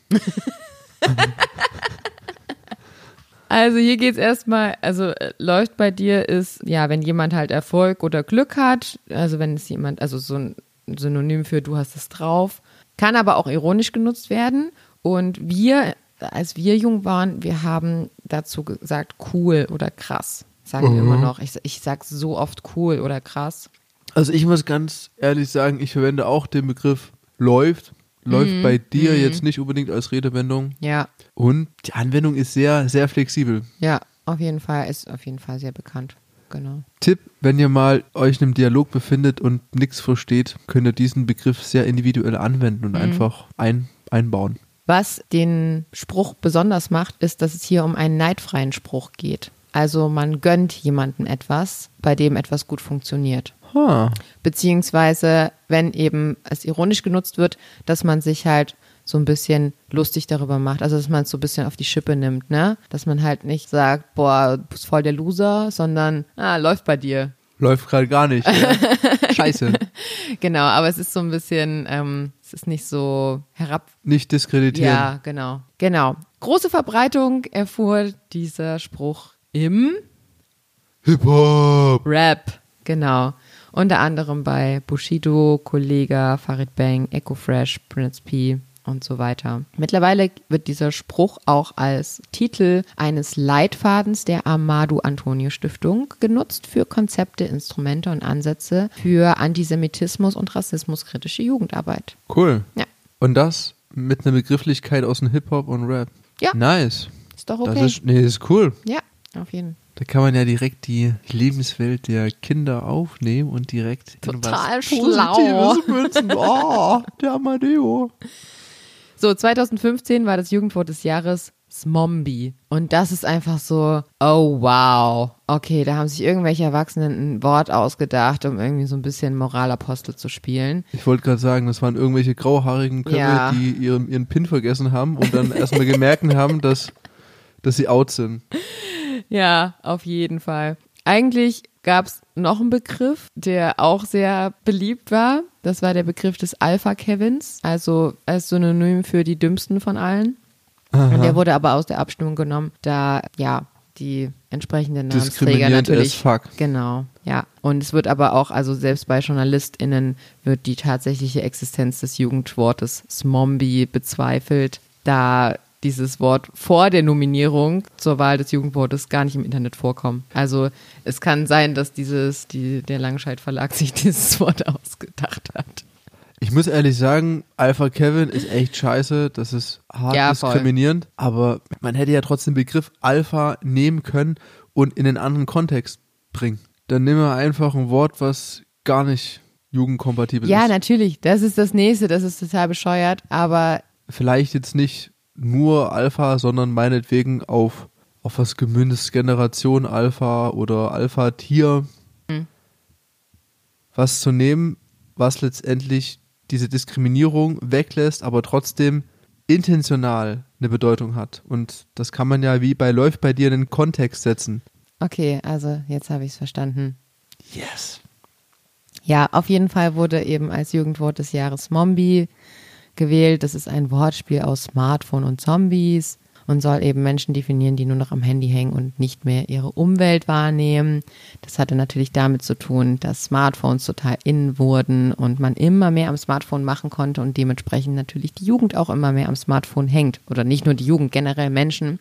A: Also hier geht's erstmal, also äh, läuft bei dir ist, ja, wenn jemand halt Erfolg oder Glück hat, also wenn es jemand, also so ein Synonym für du hast es drauf, kann aber auch ironisch genutzt werden. Und wir, als wir jung waren, wir haben dazu gesagt cool oder krass. Sagen wir immer noch. Ich, ich sag so oft cool oder krass.
B: Also ich muss ganz ehrlich sagen, ich verwende auch den Begriff läuft. Läuft
A: Mhm.
B: bei dir jetzt nicht unbedingt als Redewendung.
A: Ja,
B: Und die Anwendung ist sehr, sehr flexibel.
A: ja, auf jeden Fall, ist auf jeden Fall sehr bekannt. Genau.
B: Tipp, wenn ihr mal euch in einem Dialog befindet und nichts versteht, könnt ihr diesen Begriff sehr individuell anwenden
A: Mhm.
B: und einfach ein, einbauen.
A: Was den Spruch besonders macht, ist, dass es hier um einen neidfreien Spruch geht. Also man gönnt jemandem etwas, bei dem etwas gut funktioniert.
B: Ha.
A: Beziehungsweise, wenn eben es ironisch genutzt wird, dass man sich halt so ein bisschen lustig darüber macht. Also, dass man es so ein bisschen auf die Schippe nimmt, ne? Dass man halt nicht sagt, boah, du bist voll der Loser, sondern, ah, läuft bei dir.
B: Läuft gerade gar nicht.
A: (laughs)
B: Ja. Scheiße.
A: Genau, aber es ist so ein bisschen, ähm, es ist nicht so herab.
B: Nicht diskreditieren.
A: Ja, genau. Genau. Große Verbreitung erfuhr dieser Spruch im
B: Hip-Hop.
A: Rap. Genau. Unter anderem bei Bushido, Kollega, Farid Bang, Echo Fresh, Prince P und so weiter. Mittlerweile wird dieser Spruch auch als Titel eines Leitfadens der Amadou Antonio Stiftung genutzt für Konzepte, Instrumente und Ansätze für Antisemitismus und rassismuskritische Jugendarbeit.
B: Cool.
A: Ja.
B: Und das mit einer Begrifflichkeit aus dem Hip-Hop und Rap.
A: Ja.
B: Nice.
A: Ist doch
B: Das
A: okay.
B: ist, nee, das ist cool.
A: ja, auf jeden Fall.
B: Da kann man ja direkt die Lebenswelt der Kinder aufnehmen und direkt
A: Total
B: in was
A: schlau.
B: Positives münzen. Oh, der Amadeo.
A: So, 2015 war das Jugendwort des Jahres Smombie. Und das ist einfach so, oh wow. Okay, da haben sich irgendwelche Erwachsenen ein Wort ausgedacht, um irgendwie so ein bisschen Moralapostel zu spielen.
B: Ich wollte gerade sagen, das waren irgendwelche grauhaarigen Köpfe,
A: Ja.
B: die ihren, ihren Pin vergessen haben und dann erstmal gemerkt haben, dass, dass sie out sind.
A: Ja, auf jeden Fall. Eigentlich gab es noch einen Begriff, der auch sehr beliebt war. Das war der Begriff des Alpha-Kevins, also als Synonym für die dümmsten von allen. Und der wurde aber aus der Abstimmung genommen, da ja die entsprechenden Namensträger
B: Diskriminierend
A: natürlich.
B: as fuck.
A: Genau, ja. Und es wird aber auch, also selbst bei JournalistInnen wird die tatsächliche Existenz des Jugendwortes Smombie bezweifelt, da dieses Wort vor der Nominierung zur Wahl des Jugendwortes gar nicht im Internet vorkommt. Also es kann sein, dass dieses, die, der Langscheid Verlag (laughs) sich dieses Wort ausgedacht hat.
B: Ich muss ehrlich sagen, Alpha Kevin ist echt scheiße. Das ist hart
A: Ja, voll.
B: diskriminierend. Aber man hätte ja trotzdem den Begriff Alpha nehmen können und in einen anderen Kontext bringen. Dann nehmen wir einfach ein Wort, was gar nicht jugendkompatibel
A: Ja,
B: ist.
A: natürlich. Das ist das nächste, das ist total bescheuert, aber
B: Vielleicht jetzt nicht nur Alpha, sondern meinetwegen auf, auf was gemündes Generation Alpha oder Alpha Tier.
A: Mhm.
B: Was zu nehmen, was letztendlich diese Diskriminierung weglässt, aber trotzdem intentional eine Bedeutung hat. Und das kann man ja wie bei Läuft bei dir in den Kontext setzen.
A: okay, also jetzt habe ich es verstanden.
B: Yes.
A: Ja, auf jeden Fall wurde eben als Jugendwort des Jahres Mombi gewählt. Das ist ein Wortspiel aus Smartphone und Zombies und soll eben Menschen definieren, die nur noch am Handy hängen und nicht mehr ihre Umwelt wahrnehmen. Das hatte natürlich damit zu tun, dass Smartphones total in wurden und man immer mehr am Smartphone machen konnte und dementsprechend natürlich die Jugend auch immer mehr am Smartphone hängt oder nicht nur die Jugend, generell Menschen.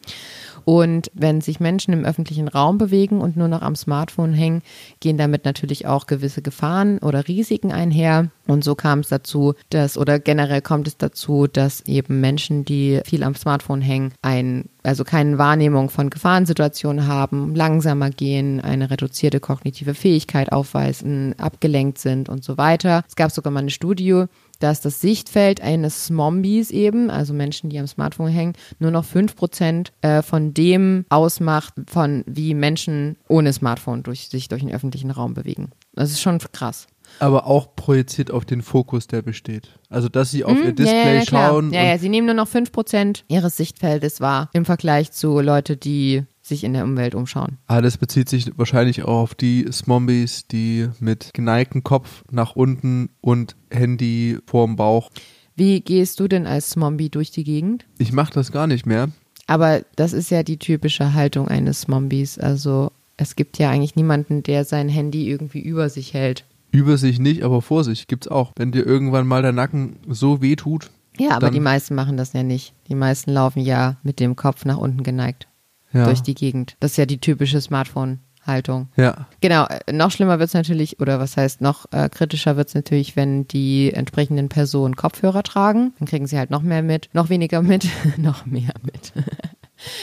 A: Und wenn sich Menschen im öffentlichen Raum bewegen und nur noch am Smartphone hängen, gehen damit natürlich auch gewisse Gefahren oder Risiken einher. Und so kam es dazu, dass oder generell kommt es dazu, dass eben Menschen, die viel am Smartphone hängen, ein, also keine Wahrnehmung von Gefahrensituationen haben, langsamer gehen, eine reduzierte kognitive Fähigkeit aufweisen, abgelenkt sind und so weiter. Es gab sogar mal eine Studie, dass das Sichtfeld eines Zombies eben, also Menschen, die am Smartphone hängen, nur noch 5% äh, von dem ausmacht, von wie Menschen ohne Smartphone durch, sich durch den öffentlichen Raum bewegen. Das ist schon krass.
B: Aber auch projiziert auf den Fokus, der besteht. Also, dass sie auf ihr
A: Hm? Ja, Mhm. ja,
B: Display
A: ja, klar.
B: schauen
A: Ja,
B: und
A: ja, sie nehmen nur noch 5% ihres Sichtfeldes wahr im Vergleich zu Leute, die sich in der Umwelt umschauen.
B: Ah, das bezieht sich wahrscheinlich auch auf die Smombies, die mit geneigtem Kopf nach unten und Handy vorm Bauch.
A: Wie gehst du denn als Zombie durch die Gegend?
B: Ich mache das gar nicht mehr.
A: Aber das ist ja die typische Haltung eines Zombies. Also es gibt ja eigentlich niemanden, der sein Handy irgendwie über sich hält.
B: Über sich nicht, aber vor sich gibt's auch. Wenn dir irgendwann mal der Nacken so weh tut.
A: Ja, aber
B: dann,
A: die meisten machen das ja nicht. Die meisten laufen ja mit dem Kopf nach unten geneigt
B: ja,
A: durch die Gegend. Das ist ja die typische Smartphone-Haltung.
B: Ja,
A: Genau, äh, noch schlimmer wird es natürlich, oder was heißt, noch äh, kritischer wird es natürlich, wenn die entsprechenden Personen (laughs) Kopfhörer tragen. Dann kriegen sie halt noch mehr mit, noch weniger mit, noch mehr mit. (laughs)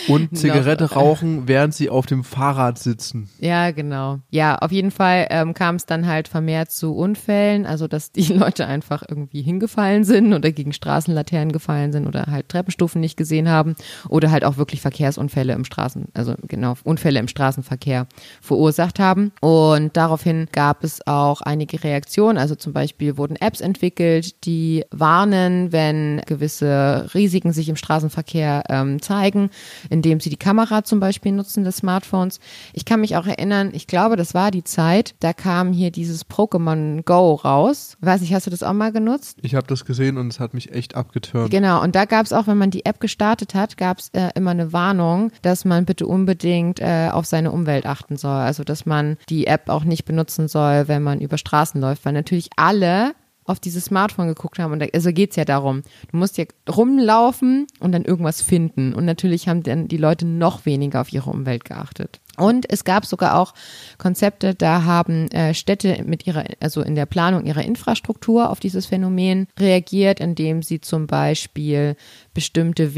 B: Und Zigarette rauchen, während sie auf dem Fahrrad sitzen.
A: Ja, genau. Ja, auf jeden Fall ähm, kam es dann halt vermehrt zu Unfällen, also dass die (laughs) Leute einfach irgendwie hingefallen sind oder gegen Straßenlaternen gefallen sind oder halt Treppenstufen nicht gesehen haben oder halt auch wirklich Verkehrsunfälle im Straßen, also genau, Unfälle im Straßenverkehr verursacht haben. Und daraufhin gab es auch einige Reaktionen, also zum Beispiel wurden Apps entwickelt, die warnen, wenn gewisse Risiken sich im Straßenverkehr ähm, zeigen, indem sie die Kamera zum Beispiel nutzen des Smartphones. Ich kann mich auch erinnern, ich glaube, das war die Zeit, da kam hier dieses Pokémon Go raus. Weiß nicht, hast du das auch mal genutzt?
B: Ich habe das gesehen und es hat mich echt abgeturnt.
A: Genau, und da gab es auch, wenn man die App gestartet hat, gab es äh, immer eine Warnung, dass man bitte unbedingt äh, auf seine Umwelt achten soll. Also, dass man die App auch nicht benutzen soll, wenn man über Straßen läuft, weil natürlich alle auf dieses Smartphone geguckt haben. Und da, also geht's ja darum. Du musst ja rumlaufen und dann irgendwas finden. Und natürlich haben dann die Leute noch weniger auf ihre Umwelt geachtet. Und es gab sogar auch Konzepte, da haben äh, Städte mit ihrer, also in der Planung ihrer Infrastruktur auf dieses Phänomen reagiert, indem sie zum Beispiel bestimmte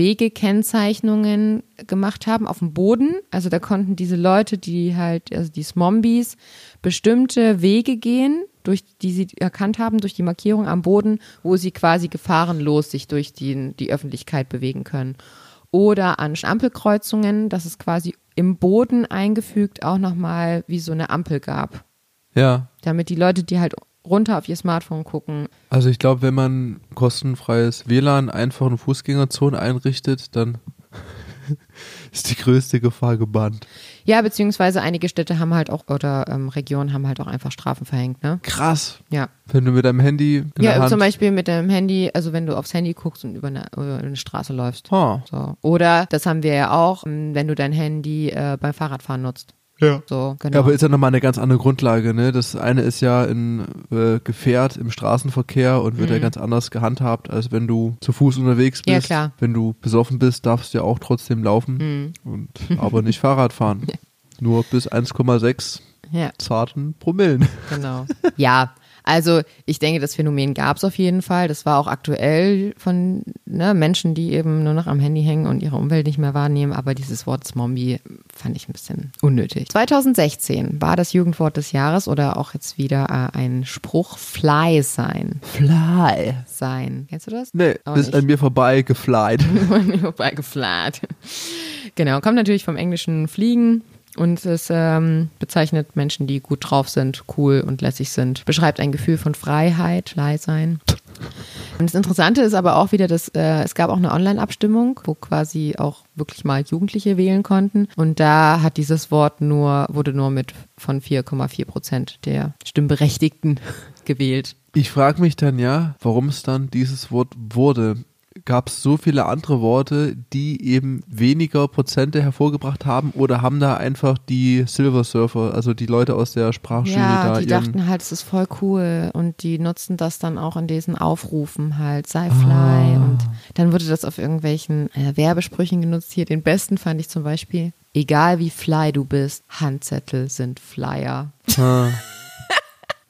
A: Wegekennzeichnungen gemacht haben auf dem Boden. Also da konnten diese Leute, die halt, also die Smombies, bestimmte Wege gehen, durch die sie erkannt haben, durch die Markierung am Boden, wo sie quasi gefahrenlos sich durch die, die Öffentlichkeit bewegen können. Oder an Ampelkreuzungen, dass es quasi im Boden eingefügt auch nochmal wie so eine Ampel gab.
B: Ja,
A: Damit die Leute, die halt runter auf ihr Smartphone gucken,
B: also ich glaube, wenn man kostenfreies WLAN einfach in Fußgängerzonen einrichtet, dann (laughs) ist die größte Gefahr gebannt.
A: Ja, beziehungsweise einige Städte haben halt auch oder ähm, Regionen haben halt auch einfach Strafen verhängt, ne?
B: Krass,
A: Ja.
B: wenn du mit deinem Handy in der
A: Ja,
B: Hand...
A: zum Beispiel mit dem Handy, also wenn du aufs Handy guckst und über eine, über eine Straße läufst.
B: Ah,
A: So. Oder, das haben wir ja auch, m, wenn du dein Handy äh, beim Fahrradfahren nutzt.
B: ja.
A: So,
B: Ja,
A: genau.
B: aber ist ja nochmal eine ganz andere Grundlage, ne? Das eine ist ja ein äh, Gefährt im Straßenverkehr und wird ja ganz anders gehandhabt, als wenn du zu Fuß unterwegs bist.
A: Mhm. Ja, klar. Mhm.
B: Wenn du besoffen bist, darfst du ja auch trotzdem laufen, und, aber nicht
A: (laughs)
B: Fahrrad fahren. Nur bis 1,6
A: ja,
B: zarten Promillen.
A: genau. (laughs) ja. Also ich denke, das Phänomen gab es auf jeden Fall. Das war auch aktuell von ne, Menschen, die eben nur noch am Handy hängen und ihre Umwelt nicht mehr wahrnehmen. Aber dieses Wort Zombie fand ich ein bisschen unnötig. 2016 war das Jugendwort des Jahres oder auch jetzt wieder äh, ein Spruch Fly sein.
B: Fly.
A: Sein. Kennst du das?
B: Nee,
A: Aber
B: bist
A: nicht.
B: an mir vorbei geflyt.
A: (laughs) vorbeigeflaht. Genau, kommt natürlich vom englischen Fliegen und es ähm, bezeichnet Menschen, die gut drauf sind, cool und lässig sind. Beschreibt ein Gefühl von Freiheit, frei sein. Und das Interessante ist aber auch wieder, dass äh, es gab auch eine Online-Abstimmung, wo quasi auch wirklich mal Jugendliche wählen konnten. Und da hat dieses Wort nur, wurde nur mit von 4,4 Prozent der Stimmberechtigten (laughs) gewählt.
B: Ich frage mich dann ja, warum es dann dieses Wort wurde. Gab es so viele andere Worte, die eben weniger Prozente hervorgebracht haben oder haben da einfach die Silver Surfer, also die Leute aus der Sprachschule
A: Ja,
B: da
A: die
B: ihren...
A: dachten halt, es ist voll cool und die nutzen das dann auch in diesen Aufrufen halt,
B: Ah.
A: sei fly und dann wurde das auf irgendwelchen äh, Werbesprüchen genutzt. Hier den besten fand ich zum Beispiel, egal wie fly du bist, Handzettel sind Flyer.
B: Ah.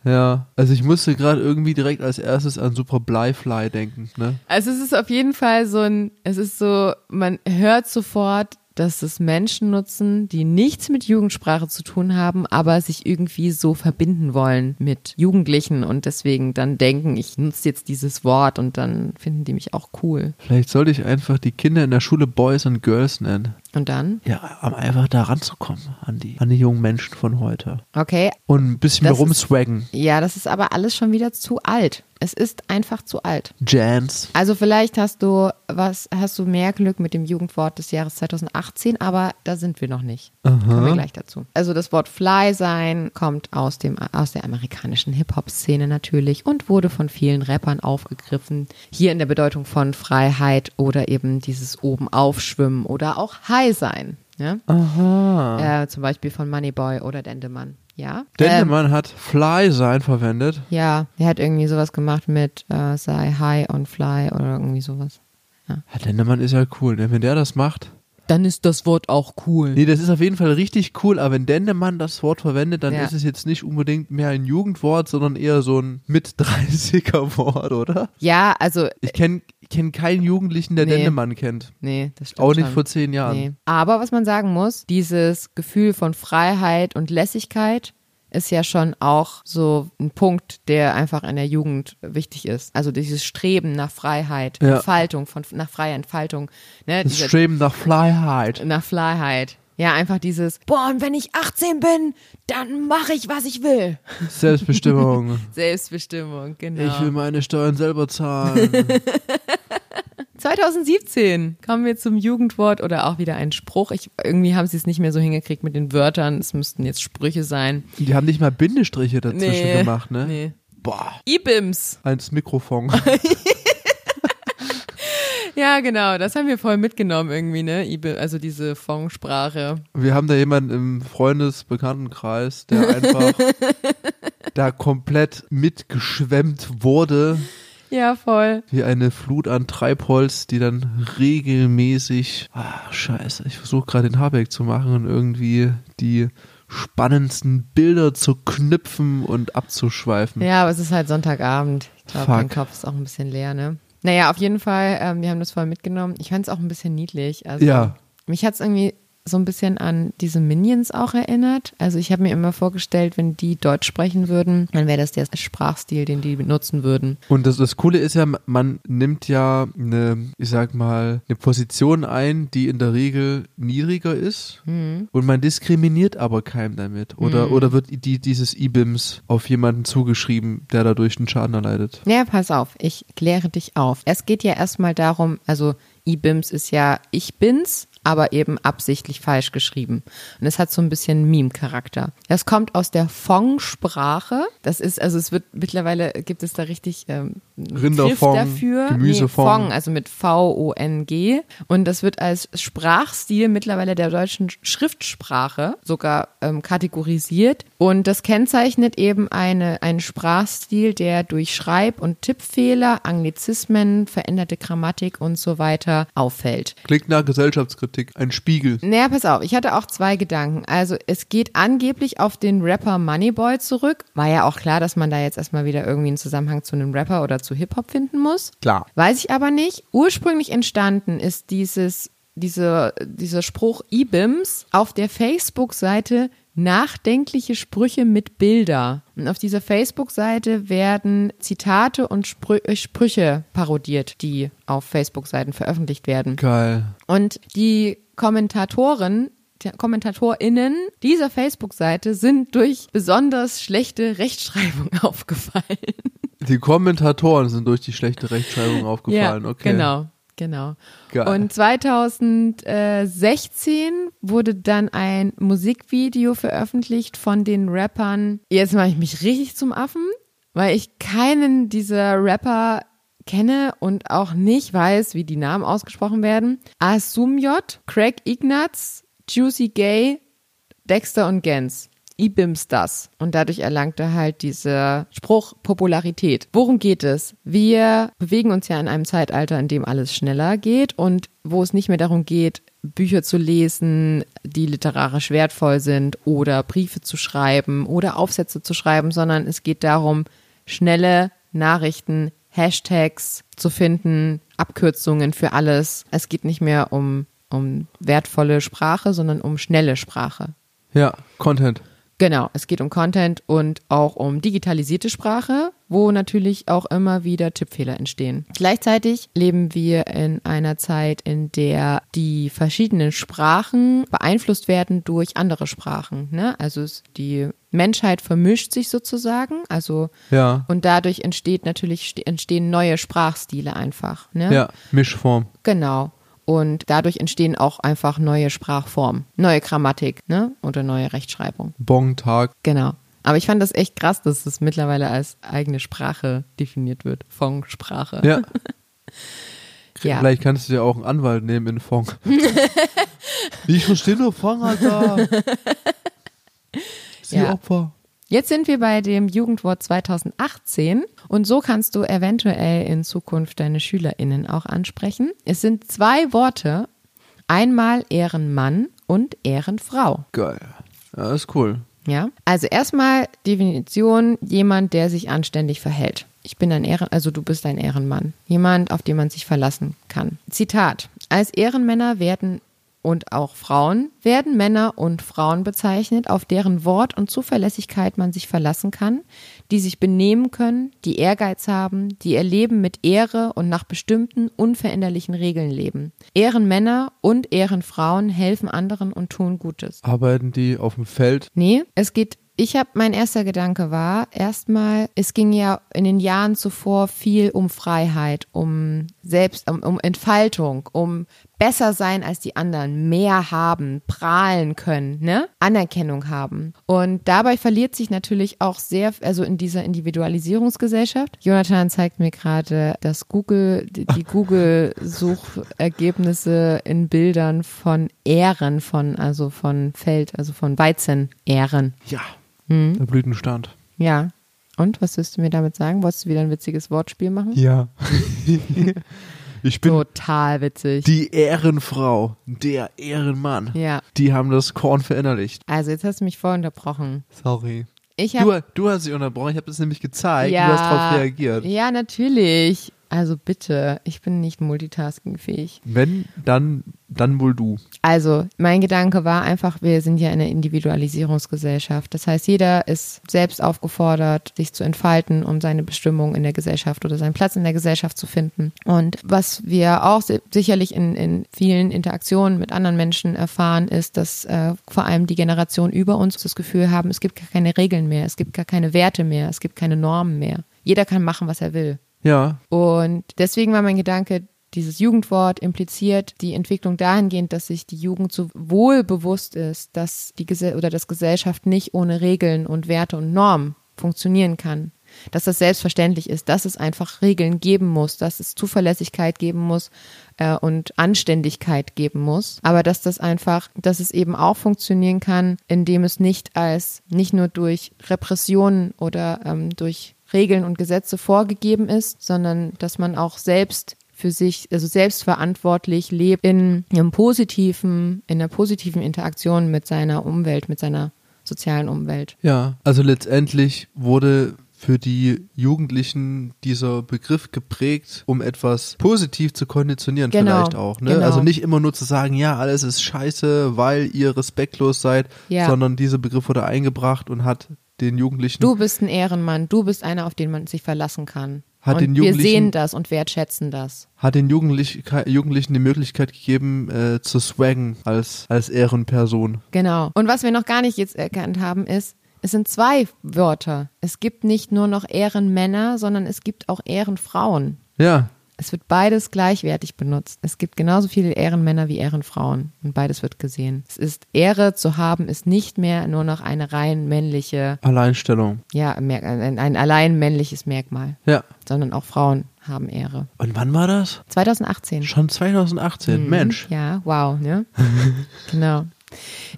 B: ja, also ich musste gerade irgendwie direkt als erstes an Super Blyfly denken. Ne?
A: Also es ist auf jeden Fall so ein, es ist so, man hört sofort, dass es Menschen nutzen, die nichts mit Jugendsprache zu tun haben, aber sich irgendwie so verbinden wollen mit Jugendlichen und deswegen dann denken, ich nutze jetzt dieses Wort und dann finden die mich auch cool.
B: Vielleicht sollte ich einfach die Kinder in der Schule Boys und Girls nennen.
A: Und dann?
B: Ja, um einfach da ranzukommen an die, an die jungen Menschen von heute.
A: Okay.
B: Und ein bisschen
A: Das
B: mehr rumswaggen.
A: Ja, das ist aber alles schon wieder zu alt. Es ist einfach zu alt.
B: Jans.
A: Also vielleicht hast du was, hast du mehr Glück mit dem Jugendwort des Jahres 2018, aber da sind wir noch nicht. Kommen wir gleich dazu. Also das Wort Fly sein kommt aus dem aus der amerikanischen Hip Hop Szene natürlich und wurde von vielen Rappern aufgegriffen. Hier in der Bedeutung von Freiheit oder eben dieses oben aufschwimmen oder auch High sein. Ja? Aha. Äh, zum Beispiel von Moneyboy oder Dendemann. Ja. Ähm,
B: Dendemann hat Fly sein verwendet.
A: ja, er hat irgendwie sowas gemacht mit äh, sei high on fly oder irgendwie sowas.
B: Ja, Dendemann ist ja cool, ne? wenn der das macht.
A: Dann ist das Wort auch cool.
B: Nee, das ist auf jeden Fall richtig cool, aber wenn Dendemann das Wort verwendet, dann
A: Ja.
B: ist es jetzt nicht unbedingt mehr ein Jugendwort, sondern eher so ein Mit-30er-Wort, oder?
A: Ja, also
B: Ich kenne kenne keinen Jugendlichen, der
A: Nee.
B: Dendemann kennt.
A: Nee, das stimmt.
B: Auch nicht
A: schon.
B: vor zehn Jahren.
A: Nee. Aber was man sagen muss, dieses Gefühl von Freiheit und Lässigkeit ist ja schon auch so ein Punkt, der einfach in der Jugend wichtig ist. Also dieses Streben nach Freiheit,
B: Ja.
A: Entfaltung, von, nach freier Entfaltung. Ne?
B: Das
A: dieser-
B: Streben nach Freiheit.
A: nach Freiheit. Ja, einfach dieses, boah, und wenn ich 18 bin, dann mache ich, was ich will. (laughs)
B: (laughs) Selbstbestimmung.
A: Selbstbestimmung, genau.
B: Ich will meine Steuern selber zahlen.
A: 2017 kommen wir zum Jugendwort oder auch wieder ein Spruch. Ich, irgendwie haben sie es nicht mehr so hingekriegt mit den Wörtern. Es müssten jetzt Sprüche sein.
B: Die haben nicht mal Bindestriche dazwischen
A: Nee,
B: gemacht, ne?
A: nee.
B: Boah,
A: Ibims.
B: eins Mikrofon.
A: Ja, genau. Das haben wir voll mitgenommen irgendwie, ne? Ibi also diese Fong-Sprache.
B: Wir haben da jemanden im Freundesbekanntenkreis, der einfach da komplett mitgeschwemmt wurde,
A: Ja, voll.
B: wie eine Flut an Treibholz, die dann regelmäßig. Ah, scheiße, ich versuche gerade den Habeck zu machen und irgendwie die spannendsten Bilder zu knüpfen und abzuschweifen.
A: Ja, aber es ist halt Sonntagabend. Ich glaube, dein
B: Fuck.
A: Kopf ist auch ein bisschen leer, ne? Naja, auf jeden Fall, ähm, wir haben das voll mitgenommen. Ich fand es auch ein bisschen niedlich. Also,
B: Ja.
A: Mich hat es irgendwie so ein bisschen an diese Minions auch erinnert. Also ich habe mir immer vorgestellt, wenn die Deutsch sprechen würden, dann wäre das der Sprachstil, den die benutzen würden.
B: Und das, das Coole ist ja, man nimmt ja eine, ich sag mal, eine Position ein, die in der Regel niedriger ist
A: Mhm.
B: und man diskriminiert aber keinem damit. Oder, oder wird die, dieses IBIMS auf jemanden zugeschrieben, der dadurch einen Schaden erleidet.
A: Naja, pass auf, ich kläre dich auf. Es geht ja erstmal darum, also IBIMS ist ja ich bin's, aber eben absichtlich falsch geschrieben. Und es hat so ein bisschen Meme-Charakter. Das kommt aus der Fong-Sprache. Das ist, also es wird mittlerweile gibt es da richtig ähm, einen Begriff
B: Rinderfong,
A: dafür.
B: Gemüsefong.
A: Nee, Fong, also mit V-O-N-G. Und das wird als Sprachstil mittlerweile der deutschen Schriftsprache sogar ähm, kategorisiert. Und das kennzeichnet eben eine, einen Sprachstil, der durch Schreib- und Tippfehler, Anglizismen, veränderte Grammatik und so weiter auffällt.
B: Klingt nach Gesellschaftskritik, ein Spiegel.
A: Naja, pass auf, ich hatte auch zwei Gedanken. Also es geht angeblich auf den Rapper Moneyboy zurück. War ja auch klar, dass man da jetzt erstmal wieder irgendwie einen Zusammenhang zu einem Rapper oder zu Hip-Hop finden muss.
B: Klar.
A: Weiß ich aber nicht. Ursprünglich entstanden ist dieses, diese, dieser Spruch IBIMS auf der Facebook-Seite Nachdenkliche Sprüche mit Bilder. Und auf dieser Facebook-Seite werden Zitate und Sprü äh, Sprüche parodiert, die auf Facebook-Seiten veröffentlicht werden.
B: Geil.
A: Und die Kommentatoren, die KommentatorInnen dieser Facebook-Seite sind durch besonders schlechte Rechtschreibung (laughs) aufgefallen.
B: Die Kommentatoren sind durch die schlechte Rechtschreibung aufgefallen.
A: ja,
B: okay.
A: Genau, genau.
B: Geil.
A: Und 2016 wurde dann ein Musikvideo veröffentlicht von den Rappern. Jetzt mache ich mich richtig zum Affen, weil ich keinen dieser Rapper kenne und auch nicht weiß, wie die Namen ausgesprochen werden. Asumjot, Craig Ignatz, Juicy Gay, Dexter und Gens. Ibims das. Und dadurch erlangte halt dieser Spruch Popularität. Worum geht es? Wir bewegen uns ja in einem Zeitalter, in dem alles schneller geht und wo es nicht mehr darum geht, Bücher zu lesen, die literarisch wertvoll sind oder Briefe zu schreiben oder Aufsätze zu schreiben, sondern es geht darum, schnelle Nachrichten, Hashtags zu finden, Abkürzungen für alles. Es geht nicht mehr um, um wertvolle Sprache, sondern um schnelle Sprache.
B: Ja, Content.
A: Genau, es geht um Content und auch um digitalisierte Sprache, wo natürlich auch immer wieder Tippfehler entstehen. Gleichzeitig leben wir in einer Zeit, in der die verschiedenen Sprachen beeinflusst werden durch andere Sprachen. Ne? Also es, die Menschheit vermischt sich sozusagen. Also
B: Ja.
A: und dadurch entsteht natürlich ste- entstehen neue Sprachstile einfach. Ne?
B: Ja, Mischform.
A: Genau. Und dadurch entstehen auch einfach neue Sprachformen, neue Grammatik ne? oder neue Rechtschreibung.
B: Bon Tag.
A: Genau. Aber ich fand das echt krass, dass das mittlerweile als eigene Sprache definiert wird. Fong-Sprache.
B: Ja.
A: Ja.
B: Vielleicht kannst du dir auch einen Anwalt nehmen in Fong.
A: (laughs)
B: ich verstehe nur Fong, halt
A: (laughs)
B: Alter. Sie
A: Ja.
B: Opfer.
A: Jetzt sind wir bei dem Jugendwort 2018 und so kannst du eventuell in Zukunft deine SchülerInnen auch ansprechen. Es sind zwei Worte, einmal Ehrenmann und Ehrenfrau.
B: Geil. Ja, ist cool.
A: Ja? Also erstmal Definition, jemand, der sich anständig verhält. Ich bin ein Ehren, also du bist ein Ehrenmann. Jemand, auf den man sich verlassen kann. Zitat. Als Ehrenmänner werden und auch Frauen werden Männer und Frauen bezeichnet, auf deren Wort und Zuverlässigkeit man sich verlassen kann, die sich benehmen können, die Ehrgeiz haben, die ihr Leben mit Ehre und nach bestimmten unveränderlichen Regeln leben. Ehrenmänner und Ehrenfrauen helfen anderen und tun Gutes.
B: Arbeiten die auf dem Feld?
A: Nee, es geht. Ich habe mein erster Gedanke war erstmal, es ging ja in den Jahren zuvor viel um Freiheit, um selbst, um, um Entfaltung, um besser sein als die anderen, mehr haben, prahlen können, ne? Anerkennung haben. Und dabei verliert sich natürlich auch sehr, also in dieser Individualisierungsgesellschaft. Jonathan zeigt mir gerade, dass Google die,
B: (laughs)
A: die Google-Suchergebnisse in Bildern von Ähren, von also von Feld, also von Weizen, Ähren.
B: Ja.
A: Hm.
B: Der Blütenstand.
A: Ja. Und was willst du mir damit sagen? Wolltest du wieder ein witziges Wortspiel machen?
B: Ja. (laughs) ich bin
A: Total witzig.
B: die Ehrenfrau, der Ehrenmann.
A: ja.
B: Die haben das Korn verinnerlicht.
A: Also jetzt hast du mich voll unterbrochen.
B: Sorry.
A: Ich habe
B: Du, du hast sie unterbrochen, ich habe das nämlich gezeigt, du hast darauf reagiert.
A: Ja, natürlich. Also bitte, ich bin nicht multitaskingfähig.
B: Wenn, dann, dann wohl du.
A: Also, mein Gedanke war einfach, wir sind ja in einer Individualisierungsgesellschaft. Das heißt, jeder ist selbst aufgefordert, sich zu entfalten, um seine Bestimmung in der Gesellschaft oder seinen Platz in der Gesellschaft zu finden. Und was wir auch si- sicherlich in, in vielen Interaktionen mit anderen Menschen erfahren, ist, dass äh, vor allem die Generation über uns das Gefühl haben, es gibt gar keine Regeln mehr, es gibt gar keine Werte mehr, es gibt keine Normen mehr. Jeder kann machen, was er will.
B: Ja.
A: Und deswegen war mein Gedanke, dieses Jugendwort impliziert die Entwicklung dahingehend, dass sich die Jugend so wohl bewusst ist, dass die Gesell oder dass Gesellschaft nicht ohne Regeln und Werte und Normen funktionieren kann. Dass das selbstverständlich ist, dass es einfach Regeln geben muss, dass es Zuverlässigkeit geben muss äh, und Anständigkeit geben muss, aber dass das einfach, dass es eben auch funktionieren kann, indem es nicht als nicht nur durch Repressionen oder ähm, durch Regeln und Gesetze vorgegeben ist, sondern dass man auch selbst für sich, also selbstverantwortlich lebt in einem positiven, in einer positiven Interaktion mit seiner Umwelt, mit seiner sozialen Umwelt.
B: Ja. Also letztendlich wurde für die Jugendlichen dieser Begriff geprägt, um etwas positiv zu konditionieren
A: Genau,
B: vielleicht auch. Ne?
A: genau.
B: Also nicht immer nur zu sagen, ja, alles ist scheiße, weil ihr respektlos seid,
A: Ja.
B: sondern dieser Begriff wurde eingebracht und hat den Jugendlichen
A: Du bist ein Ehrenmann, du bist einer, auf den man sich verlassen kann.
B: Hat
A: und
B: den
A: wir
B: Jugendlichen-
A: sehen das und wertschätzen das.
B: hat den Jugendlich Jugendlichen die Möglichkeit gegeben, äh, zu swaggen als, als Ehrenperson.
A: Genau. Und was wir noch gar nicht jetzt erkannt haben, ist, es sind zwei Wörter. Es gibt nicht nur noch Ehrenmänner, sondern es gibt auch Ehrenfrauen.
B: Ja,
A: Es wird beides gleichwertig benutzt. Es gibt genauso viele Ehrenmänner wie Ehrenfrauen und beides wird gesehen. Es ist Ehre zu haben, ist nicht mehr nur noch eine rein männliche,
B: Alleinstellung.
A: ja, Merk- ein, ein allein männliches Merkmal,
B: Ja.
A: sondern auch Frauen haben Ehre.
B: Und wann war das?
A: 2018.
B: Schon 2018.
A: Mhm.
B: Mensch.
A: Ja, wow,
B: (laughs)
A: ne? genau.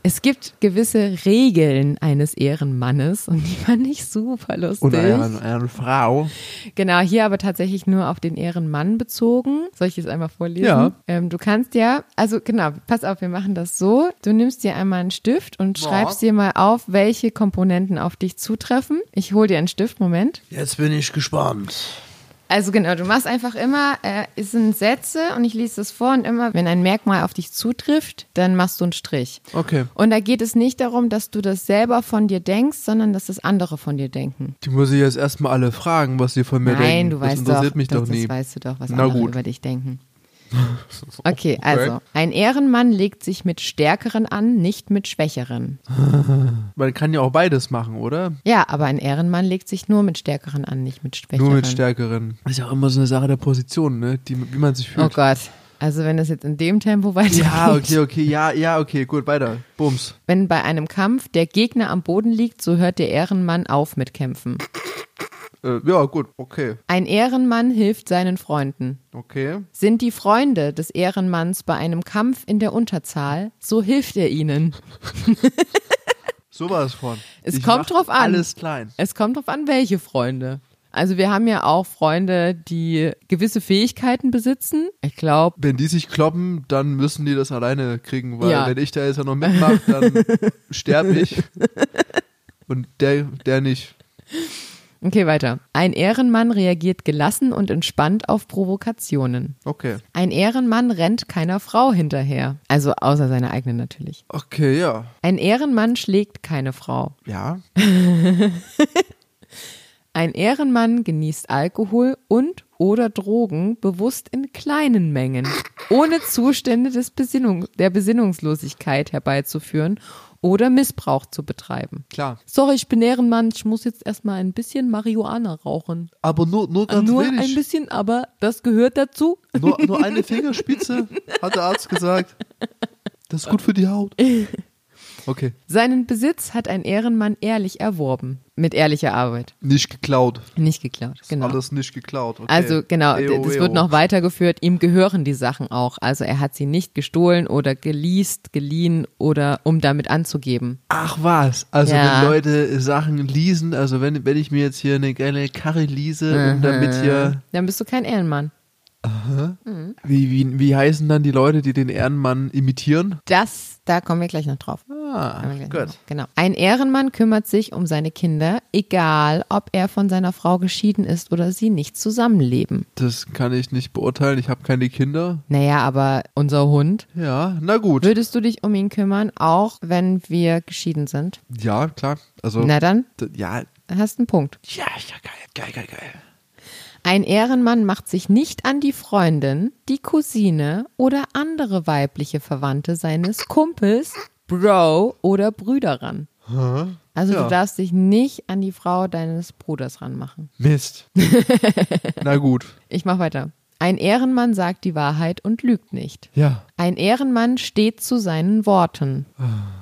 A: Es gibt gewisse Regeln eines Ehrenmannes und die fand ich super lustig.
B: Und eine, eine Frau.
A: Genau, hier aber tatsächlich nur auf den Ehrenmann bezogen. Soll ich es einmal vorlesen?
B: Ja.
A: Ähm, du kannst ja, also genau, pass auf, wir machen das so. Du nimmst dir einmal einen Stift und
B: Ja.
A: schreibst dir mal auf, welche Komponenten auf dich zutreffen. Ich hol dir einen Stift, Moment.
B: Jetzt bin ich gespannt.
A: Also genau, du machst einfach immer, äh, es sind Sätze und ich lese das vor und immer, wenn ein Merkmal auf dich zutrifft, dann machst du einen Strich.
B: Okay.
A: Und da geht es nicht darum, dass du das selber von dir denkst, sondern dass das andere von dir denken.
B: Die muss ich jetzt erstmal alle fragen, was sie von mir
A: Nein,
B: denken.
A: du
B: das
A: weißt
B: interessiert
A: doch,
B: mich
A: das,
B: doch
A: das
B: nie.
A: weißt du doch, was
B: Na
A: andere
B: gut.
A: über dich denken. Okay, also ein Ehrenmann legt sich mit Stärkeren an, nicht mit Schwächeren.
B: Man kann ja auch beides machen, oder?
A: Ja, aber ein Ehrenmann legt sich nur mit Stärkeren an, nicht mit Schwächeren.
B: Nur mit Stärkeren. Ist ja auch immer so eine Sache der Position, ne? Die, wie man sich
A: Oh
B: fühlt.
A: Gott, also wenn das jetzt in dem Tempo weitergeht.
B: Ja, okay, okay, ja, ja, okay, gut, weiter. Bums.
A: Wenn bei einem Kampf der Gegner am Boden liegt, so hört der Ehrenmann auf mit Kämpfen.
B: Äh, ja, gut, okay,
A: Ein Ehrenmann hilft seinen Freunden.
B: okay.
A: Sind die Freunde des Ehrenmanns bei einem Kampf in der Unterzahl, so hilft er ihnen.
B: Sowas von.
A: Es kommt
B: mach
A: drauf an.
B: Alles klein.
A: Es kommt drauf an, welche Freunde. Also wir haben ja auch Freunde, die gewisse Fähigkeiten besitzen. Ich glaube,
B: Wenn die sich kloppen, dann müssen die das alleine kriegen, weil
A: Ja.
B: wenn ich da jetzt ja noch mitmache,
A: (laughs)
B: dann sterbe ich. Und der, der nicht.
A: Okay, weiter. Ein Ehrenmann reagiert gelassen und entspannt auf Provokationen.
B: Okay.
A: Ein Ehrenmann rennt keiner Frau hinterher. Also außer seiner eigenen natürlich.
B: Okay, ja.
A: Ein Ehrenmann schlägt keine Frau.
B: Ja.
A: Ein Ehrenmann genießt Alkohol und oder Drogen bewusst in kleinen Mengen, ohne Zustände des Besinnung, der Besinnungslosigkeit herbeizuführen oder Missbrauch zu betreiben.
B: Klar.
A: Sorry, ich bin Ehrenmann, ich muss jetzt erstmal ein bisschen Marihuana rauchen.
B: Aber nur, nur ganz
A: Nur ein
B: wenig.
A: bisschen, aber das gehört dazu.
B: Nur, nur eine Fingerspitze, hat der Arzt gesagt. Das ist gut für die Haut. Okay.
A: Seinen Besitz hat ein Ehrenmann ehrlich erworben. Mit ehrlicher Arbeit.
B: Nicht geklaut.
A: Nicht geklaut. Genau.
B: Alles nicht geklaut. Okay.
A: Also genau, d- das wird noch weitergeführt. Ihm gehören die Sachen auch. Also er hat sie nicht gestohlen oder geleast, geliehen oder um damit anzugeben.
B: Ach was, also
A: Ja.
B: wenn Leute Sachen leasen, also wenn, wenn ich mir jetzt hier eine geile Karre lease, um damit hier,
A: Mhm. Dann bist du kein Ehrenmann.
B: wie, wie, wie heißen dann die Leute, die den Ehrenmann imitieren?
A: Das, da kommen wir gleich noch drauf.
B: Ah,
A: Kommen wir gleich noch
B: gut.
A: drauf. Genau. Ein Ehrenmann kümmert sich um seine Kinder, egal ob er von seiner Frau geschieden ist oder sie nicht zusammenleben.
B: Das kann ich nicht beurteilen, ich habe keine Kinder.
A: Naja, aber unser Hund,
B: Ja, na gut.
A: würdest du dich um ihn kümmern, auch wenn wir geschieden sind?
B: Ja, klar. Also,
A: Na dann,
B: d- ja,
A: hast einen Punkt.
B: ja, ja, geil, geil, geil, geil.
A: Ein Ehrenmann macht sich nicht an die Freundin, die Cousine oder andere weibliche Verwandte seines Kumpels, Bro oder Brüder ran. Also
B: Ja.
A: du darfst dich nicht an die Frau deines Bruders ranmachen. (laughs)
B: Mist. na gut.
A: Ich mach weiter. Ein Ehrenmann sagt die Wahrheit und lügt nicht.
B: Ja,
A: Ein Ehrenmann steht zu seinen Worten.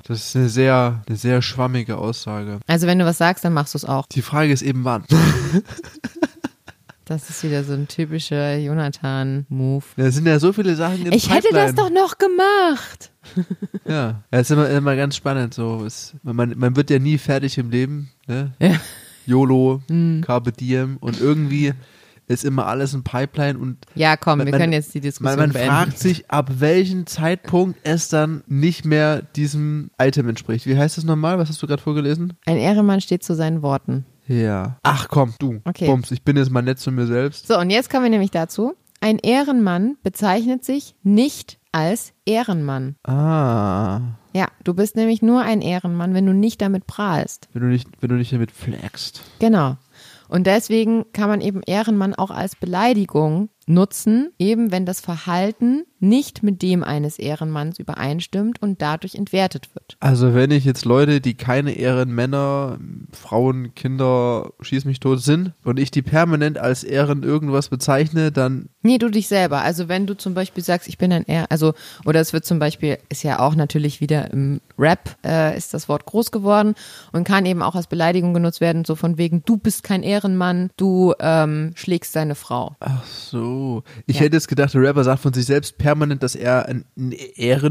B: das ist eine sehr, eine sehr schwammige Aussage.
A: Also wenn du was sagst, dann machst du es auch.
B: Die Frage ist eben wann.
A: Das ist wieder so ein typischer Jonathan-Move.
B: Da sind ja so viele Sachen in
A: Ich hätte das doch noch gemacht.
B: Ja, das ist immer, immer ganz spannend. So. Es, man, man wird ja nie fertig im Leben. Ne?
A: Ja. Hm.
B: YOLO, Carpe Diem und irgendwie ist immer alles ein Pipeline und
A: Ja, komm,
B: Man-
A: wir
B: man-
A: können jetzt die
B: man,
A: Diskussion
B: man
A: beenden.
B: fragt sich, ab welchem Zeitpunkt es dann nicht mehr diesem Item entspricht. Wie heißt das nochmal? Was hast du gerade vorgelesen?
A: Ein Ehrenmann steht zu seinen Worten.
B: Ja. Ach komm, du.
A: Okay.
B: Bums, ich bin jetzt mal nett zu mir selbst.
A: So, und jetzt kommen wir nämlich dazu. Ein Ehrenmann bezeichnet sich nicht als Ehrenmann.
B: Ah.
A: Ja, du bist nämlich nur ein Ehrenmann, wenn du nicht damit prahlst.
B: Wenn du nicht, wenn du nicht damit flexst.
A: Genau. Und deswegen kann man eben Ehrenmann auch als Beleidigung nutzen, eben wenn das Verhalten nicht mit dem eines Ehrenmanns übereinstimmt und dadurch entwertet wird.
B: Also wenn ich jetzt Leute, die keine Ehrenmänner, Frauen, Kinder, schieß mich tot sind und ich die permanent als Ehren irgendwas bezeichne, dann
A: Nee, du dich selber. Also wenn du zum Beispiel sagst, ich bin ein R, also oder es wird zum Beispiel, ist ja auch natürlich wieder im Rap, äh, ist das Wort groß geworden und kann eben auch als Beleidigung genutzt werden, so von wegen, du bist kein Ehrenmann, du ähm, schlägst deine Frau.
B: ach so. Ich
A: Ja.
B: hätte jetzt gedacht, der Rapper sagt von sich selbst permanent, dass er ein, eine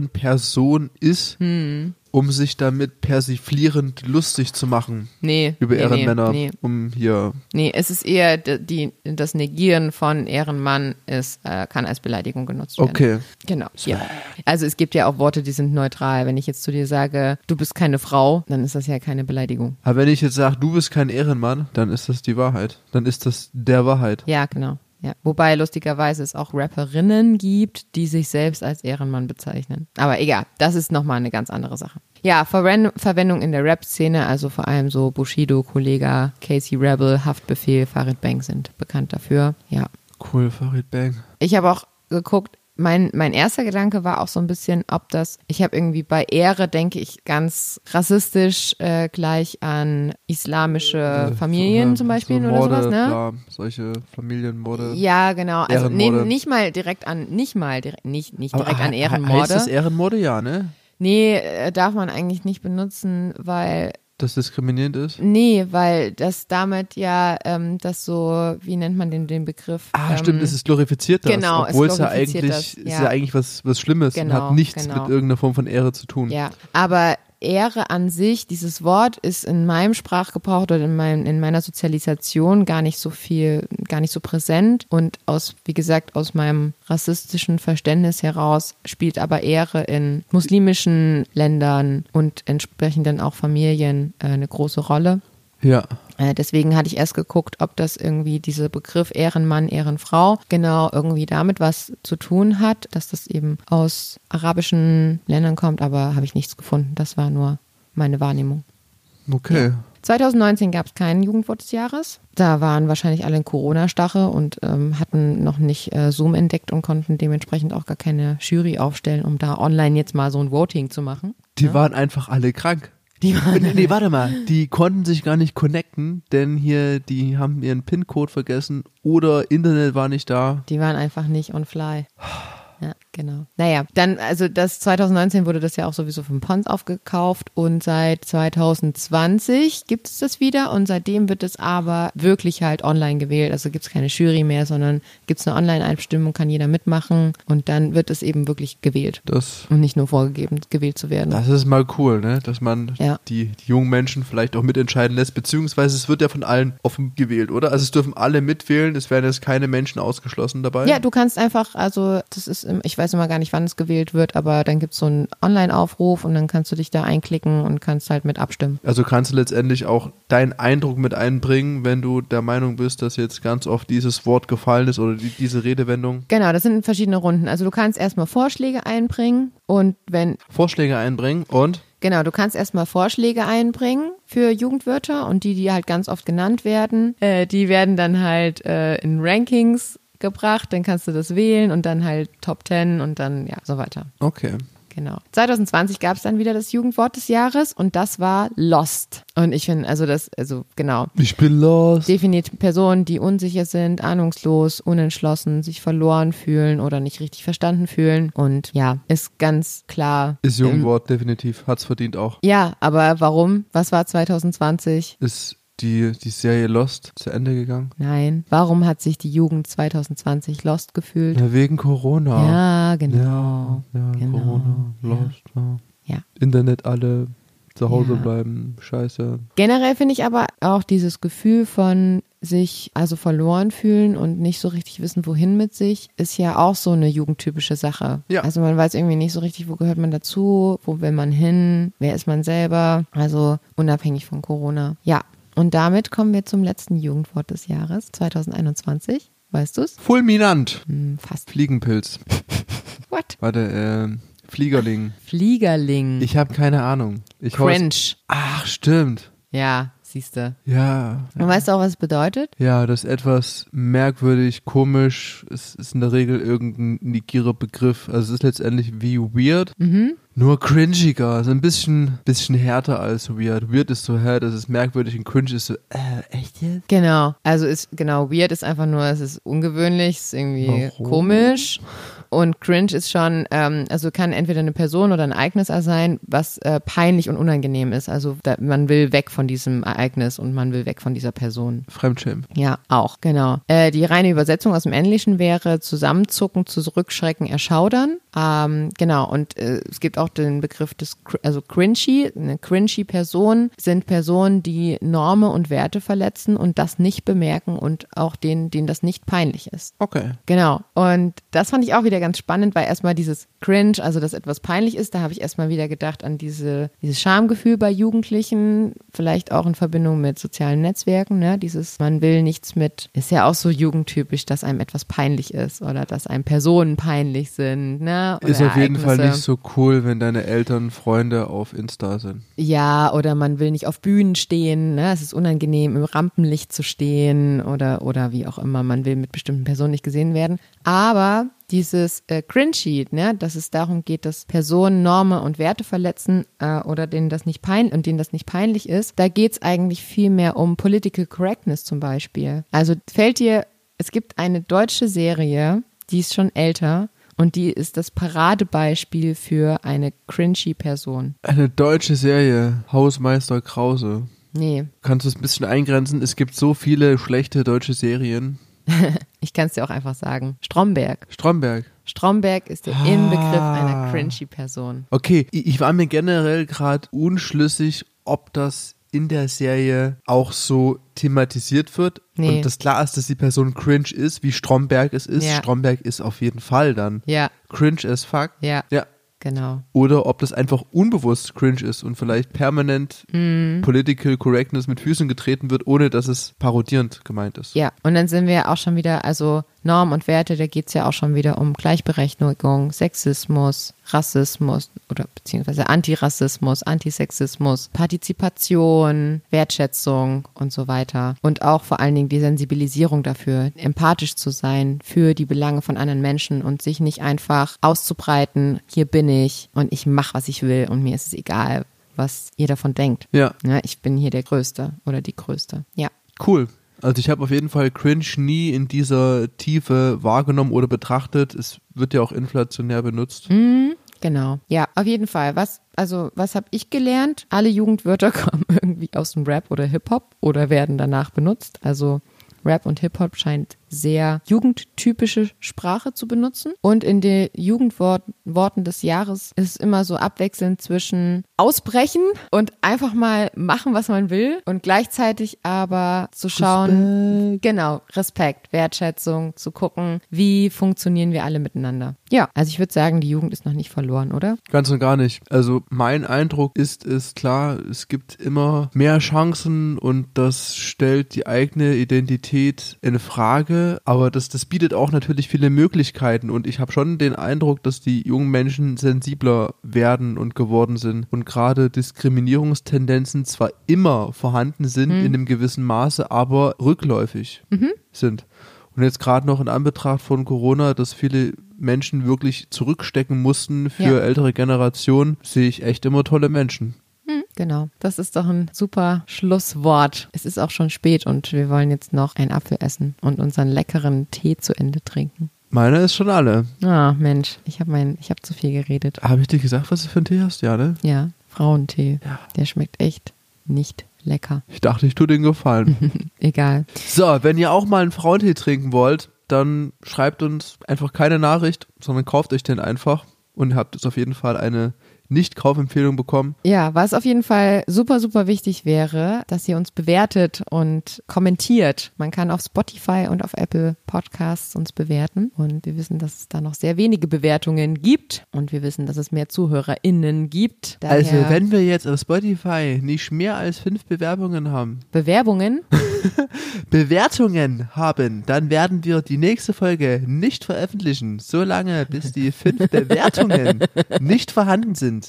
B: Ehrenperson ist,
A: Hm.
B: um sich damit persiflierend lustig zu machen
A: Nee.
B: über
A: nee,
B: Ehrenmänner,
A: Nee, nee,
B: um hier
A: nee, es ist eher d- die, das Negieren von Ehrenmann ist, äh, kann als Beleidigung genutzt werden.
B: okay.
A: Genau. Ja. Also es gibt ja auch Worte, die sind neutral. Wenn ich jetzt zu dir sage, du bist keine Frau, dann ist das ja keine Beleidigung.
B: Aber wenn ich jetzt sage, du bist kein Ehrenmann, dann ist das die Wahrheit. Dann ist das der Wahrheit.
A: Ja, genau. Ja. Wobei lustigerweise es auch Rapperinnen gibt, die sich selbst als Ehrenmann bezeichnen. Aber egal, das ist nochmal eine ganz andere Sache. Ja, Verwen Verwendung in der Rap-Szene, also vor allem so Bushido, Kollega, Casey Rebel, Haftbefehl, Farid Bang sind bekannt dafür. Ja.
B: Cool, Farid Bang.
A: Ich habe auch geguckt, mein, mein erster Gedanke war auch so ein bisschen, ob das, ich habe irgendwie bei Ehre, denke ich, ganz rassistisch äh, gleich an islamische Äh, Familien
B: Ja,
A: zum Beispiel
B: Äh, so
A: oder
B: Morde,
A: sowas, ne?
B: Klar, solche Familienmorde.
A: Ja, genau. Also nee,
B: Ehrenmorde.
A: nicht mal direkt an, nicht mal direkt, nicht, nicht
B: Aber
A: direkt an
B: he- Heißt das
A: Ehrenmorde.
B: Ehrenmorde? Ja, ne?
A: Nee, äh, darf man eigentlich nicht benutzen, weil,
B: Das diskriminierend ist?
A: nee, weil das damit ja, ähm, das so, wie nennt man den, den Begriff?
B: Ah,
A: ähm,
B: stimmt, es ist glorifiziert das.
A: genau, es
B: Obwohl es ja
A: glorifiziert
B: eigentlich,
A: das,
B: ist
A: ja.
B: ja eigentlich was, was Schlimmes und
A: Genau,
B: hat nichts
A: genau.
B: mit irgendeiner Form von Ehre zu tun.
A: Ja, aber Ehre an sich, dieses Wort ist in meinem Sprachgebrauch oder in, meinem, in meiner Sozialisation gar nicht so viel, gar nicht so präsent. Und aus, wie gesagt, aus meinem rassistischen Verständnis heraus spielt aber Ehre in muslimischen Ländern und entsprechend dann auch Familien äh, eine große Rolle.
B: Ja.
A: Äh, Deswegen hatte ich erst geguckt, ob das irgendwie dieser Begriff Ehrenmann, Ehrenfrau genau irgendwie damit was zu tun hat, dass das eben aus arabischen Ländern kommt, aber habe ich nichts gefunden. Das war nur meine Wahrnehmung.
B: Okay.
A: 2019 gab es kein Jugendwort des Jahres. Da waren wahrscheinlich alle in Corona-Stache und ähm, hatten noch nicht äh, Zoom entdeckt und konnten dementsprechend auch gar keine Jury aufstellen, um da online jetzt mal so ein Voting zu machen.
B: Die waren einfach alle krank.
A: Die waren
B: nee, nee, warte mal. Die konnten sich gar nicht connecten, denn hier, die haben ihren PIN-Code vergessen oder Internet war nicht da.
A: Die waren einfach nicht on fly. Ja, genau. Naja, dann, also das 2019 wurde das ja auch sowieso vom Pons aufgekauft und seit 2020 gibt es das wieder und seitdem wird es aber wirklich halt online gewählt. Also gibt es keine Jury mehr, sondern gibt es eine Online-Abstimmung, kann jeder mitmachen und dann wird es eben wirklich gewählt
B: Das,
A: und nicht nur vorgegeben, gewählt zu werden.
B: das ist mal cool, ne? Dass man
A: Ja.
B: die, die jungen Menschen vielleicht auch mitentscheiden lässt, beziehungsweise es wird ja von allen offen gewählt, oder? Also es dürfen alle mitwählen, es werden jetzt keine Menschen ausgeschlossen dabei.
A: Ja, du kannst einfach, also das ist, im- ich weiß immer gar nicht, wann es gewählt wird, aber dann gibt es so einen Online-Aufruf und dann kannst du dich da einklicken und kannst halt mit abstimmen.
B: Also kannst du letztendlich auch deinen Eindruck mit einbringen, wenn du der Meinung bist, dass jetzt ganz oft dieses Wort gefallen ist oder die, diese Redewendung.
A: Genau, das sind verschiedene Runden. Also du kannst erstmal Vorschläge einbringen und wenn,
B: Vorschläge einbringen und
A: genau, du kannst erstmal Vorschläge einbringen für Jugendwörter und die, die halt ganz oft genannt werden, äh, die werden dann halt äh, in Rankings gebracht, dann kannst du das wählen und dann halt Top 10 und dann ja, so weiter.
B: okay.
A: Genau. 2020 gab es dann wieder das Jugendwort des Jahres und das war Lost. Und ich finde, also das, also genau.
B: Ich bin lost.
A: Definiert Personen, die unsicher sind, ahnungslos, unentschlossen, sich verloren fühlen oder nicht richtig verstanden fühlen. Und ja, ist ganz klar. Ähm,
B: Ist Jugendwort definitiv, hat's verdient auch.
A: Ja, aber warum? Was war 2020?
B: Ist die, die Serie Lost zu Ende gegangen?
A: Nein. Warum hat sich die Jugend 2020 lost gefühlt?
B: Ja, wegen Corona.
A: Ja, genau.
B: ja, ja,
A: Genau.
B: Corona,
A: Ja.
B: Lost. Ja.
A: Ja.
B: Internet alle zu Hause
A: Ja.
B: bleiben, scheiße.
A: Generell finde ich aber auch dieses Gefühl von sich also verloren fühlen und nicht so richtig wissen, wohin mit sich, ist ja auch so eine jugendtypische Sache.
B: Ja.
A: Also man weiß irgendwie nicht so richtig, wo gehört man dazu, wo will man hin, wer ist man selber, also unabhängig von Corona. Ja, und damit kommen wir zum letzten Jugendwort des Jahres 2021. Weißt du's?
B: Fulminant.
A: Hm, fast. (laughs)
B: Fliegenpilz.
A: What?
B: Warte, ähm, Fliegerling.
A: Hm. Fliegerling.
B: Ich habe keine Ahnung. Ich weiß-
A: Cringe.
B: Ach, stimmt.
A: Ja, siehste.
B: Ja.
A: Und weißt du auch, was es bedeutet?
B: Ja, das ist etwas merkwürdig, komisch. Es ist in der Regel irgendein nigirer Begriff. Also es ist letztendlich wie weird,
A: Mhm.
B: nur cringiger. Also ein bisschen, bisschen härter als weird. Weird ist so hä, das ist merkwürdig und cringe ist so, äh, echt jetzt?
A: Genau. Also ist genau weird ist einfach nur, es ist ungewöhnlich, es ist irgendwie
B: Warum?
A: komisch. Und cringe ist schon, ähm, also kann entweder eine Person oder ein Ereignis sein, was äh, peinlich und unangenehm ist. Also da, man will weg von diesem Ereignis und man will weg von dieser Person.
B: Fremdschämen.
A: Ja, auch, genau. Äh, die reine Übersetzung aus dem Englischen wäre zusammenzucken, zurückschrecken, erschaudern. Ähm, genau, und äh, es gibt auch den Begriff des, cr- also cringy, eine cringy Person sind Personen, die Normen und Werte verletzen und das nicht bemerken und auch denen, denen das nicht peinlich ist.
B: Okay.
A: Genau. Und das fand ich auch wieder ganz spannend, weil erstmal dieses Cringe, also dass etwas peinlich ist, da habe ich erstmal wieder gedacht an diese, dieses Schamgefühl bei Jugendlichen, vielleicht auch in Verbindung mit sozialen Netzwerken, ne? Dieses, man will nichts mit, ist ja auch so jugendtypisch, dass einem etwas peinlich ist oder dass einem Personen peinlich sind, ne? Oder
B: Ist auf jeden Fall
A: Ereignisse.
B: nicht so cool, wenn deine Eltern Freunde auf Insta sind.
A: Ja, oder man will nicht auf Bühnen stehen, ne? es ist unangenehm, im Rampenlicht zu stehen oder, oder wie auch immer, man will mit bestimmten Personen nicht gesehen werden. Aber dieses äh, Cringy, ne? dass es darum geht, dass Personen Normen und Werte verletzen äh, oder denen das nicht pein und denen das nicht peinlich ist, da geht's eigentlich viel mehr um Political Correctness zum Beispiel. Also fällt dir, es gibt eine deutsche Serie, die ist schon älter. Und die ist das Paradebeispiel für eine cringy Person.
B: Eine deutsche Serie, Hausmeister Krause.
A: Nee,
B: Kannst du es ein bisschen eingrenzen? Es gibt so viele schlechte deutsche Serien.
A: Ich kann es dir auch einfach sagen. Stromberg.
B: Stromberg.
A: Stromberg ist der Inbegriff
B: Ah.
A: einer cringy Person.
B: Okay, i- ich war mir generell gerade unschlüssig, ob das in der Serie auch so thematisiert wird.
A: Nee.
B: Und das klar ist, dass die Person cringe ist, wie Stromberg es ist.
A: Ja.
B: Stromberg ist auf jeden Fall dann
A: Ja,
B: cringe as fuck.
A: Ja.
B: Ja,
A: Genau.
B: oder ob das einfach unbewusst cringe ist und vielleicht permanent Political Correctness mit Füßen getreten wird, ohne dass es parodierend gemeint ist.
A: Ja, und dann sind wir ja auch schon wieder, also Normen und Werte, da geht es ja auch schon wieder um Gleichberechtigung, Sexismus, Rassismus oder beziehungsweise Antirassismus, Antisexismus, Partizipation, Wertschätzung und so weiter. Und auch vor allen Dingen die Sensibilisierung dafür, empathisch zu sein für die Belange von anderen Menschen und sich nicht einfach auszubreiten, hier bin ich und ich mache, was ich will und mir ist es egal, was ihr davon denkt.
B: Ja,
A: Ne, ich bin hier der Größte oder die Größte. Ja.
B: cool. Also ich habe auf jeden Fall Cringe nie in dieser Tiefe wahrgenommen oder betrachtet. Es wird ja auch inflationär benutzt.
A: Genau. Ja, auf jeden Fall. Was, also, was habe ich gelernt? Alle Jugendwörter (laughs) kommen irgendwie aus dem Rap oder Hip-Hop oder werden danach benutzt. Also Rap und Hip-Hop scheint sehr jugendtypische Sprache zu benutzen. Und in den Jugendworten des Jahres ist es immer so abwechselnd zwischen ausbrechen und einfach mal machen, was man will und gleichzeitig aber zu schauen, genau, Respekt, Wertschätzung, zu gucken, wie funktionieren wir alle miteinander. Ja, also ich würde sagen, die Jugend ist noch nicht verloren, oder?
B: Ganz und gar nicht. Also mein Eindruck ist, ist klar, es gibt immer mehr Chancen und das stellt die eigene Identität in Frage, aber das, das bietet auch natürlich viele Möglichkeiten und ich habe schon den Eindruck, dass die jungen Menschen sensibler werden und geworden sind und gerade Diskriminierungstendenzen zwar immer vorhanden sind in einem gewissen Maße, aber rückläufig sind. Und jetzt gerade noch in Anbetracht von Corona, dass viele Menschen wirklich zurückstecken mussten für
A: Ja.
B: ältere Generationen, sehe ich echt immer tolle Menschen.
A: Genau. Das ist doch ein super Schlusswort. Es ist auch schon spät und wir wollen jetzt noch einen Apfel essen und unseren leckeren Tee zu Ende trinken.
B: Meine ist schon alle.
A: Ah, Mensch, ich habe mein, ich habe zu viel geredet.
B: Habe ich dir gesagt, was du für einen Tee hast? Ja, ne?
A: Ja, Frauentee. Der schmeckt echt nicht lecker.
B: Ich dachte, ich tue den (laughs) Gefallen.
A: Egal.
B: so, wenn ihr auch mal einen Frauentee trinken wollt, dann schreibt uns einfach keine Nachricht, sondern kauft euch den einfach und habt jetzt auf jeden Fall eine Nicht-Kaufempfehlung bekommen.
A: Ja, was auf jeden Fall super, super wichtig wäre, dass ihr uns bewertet und kommentiert. Man kann auf Spotify und auf Apple Podcasts uns bewerten. Und wir wissen, dass es da noch sehr wenige Bewertungen gibt. Und wir wissen, dass es mehr ZuhörerInnen gibt.
B: Also,
A: Daher
B: wenn wir jetzt auf Spotify nicht mehr als fünf Bewerbungen haben,
A: Bewerbungen, (laughs)
B: Bewertungen haben, dann werden wir die nächste Folge nicht veröffentlichen, solange bis die fünf Bewertungen nicht vorhanden sind.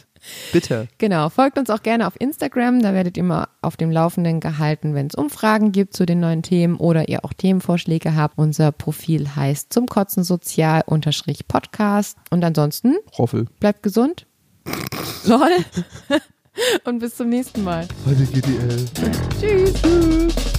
B: Bitte.
A: genau. Folgt uns auch gerne auf Instagram. Da werdet ihr immer auf dem Laufenden gehalten, wenn es Umfragen gibt zu den neuen Themen oder ihr auch Themenvorschläge habt. Unser Profil heißt zum Kotzen Sozial unterstrich Podcast. Und ansonsten
B: Roffel.
A: Bleibt gesund. Lol. (laughs) Und bis zum nächsten Mal.
B: Heute GDL.
A: Tschüss.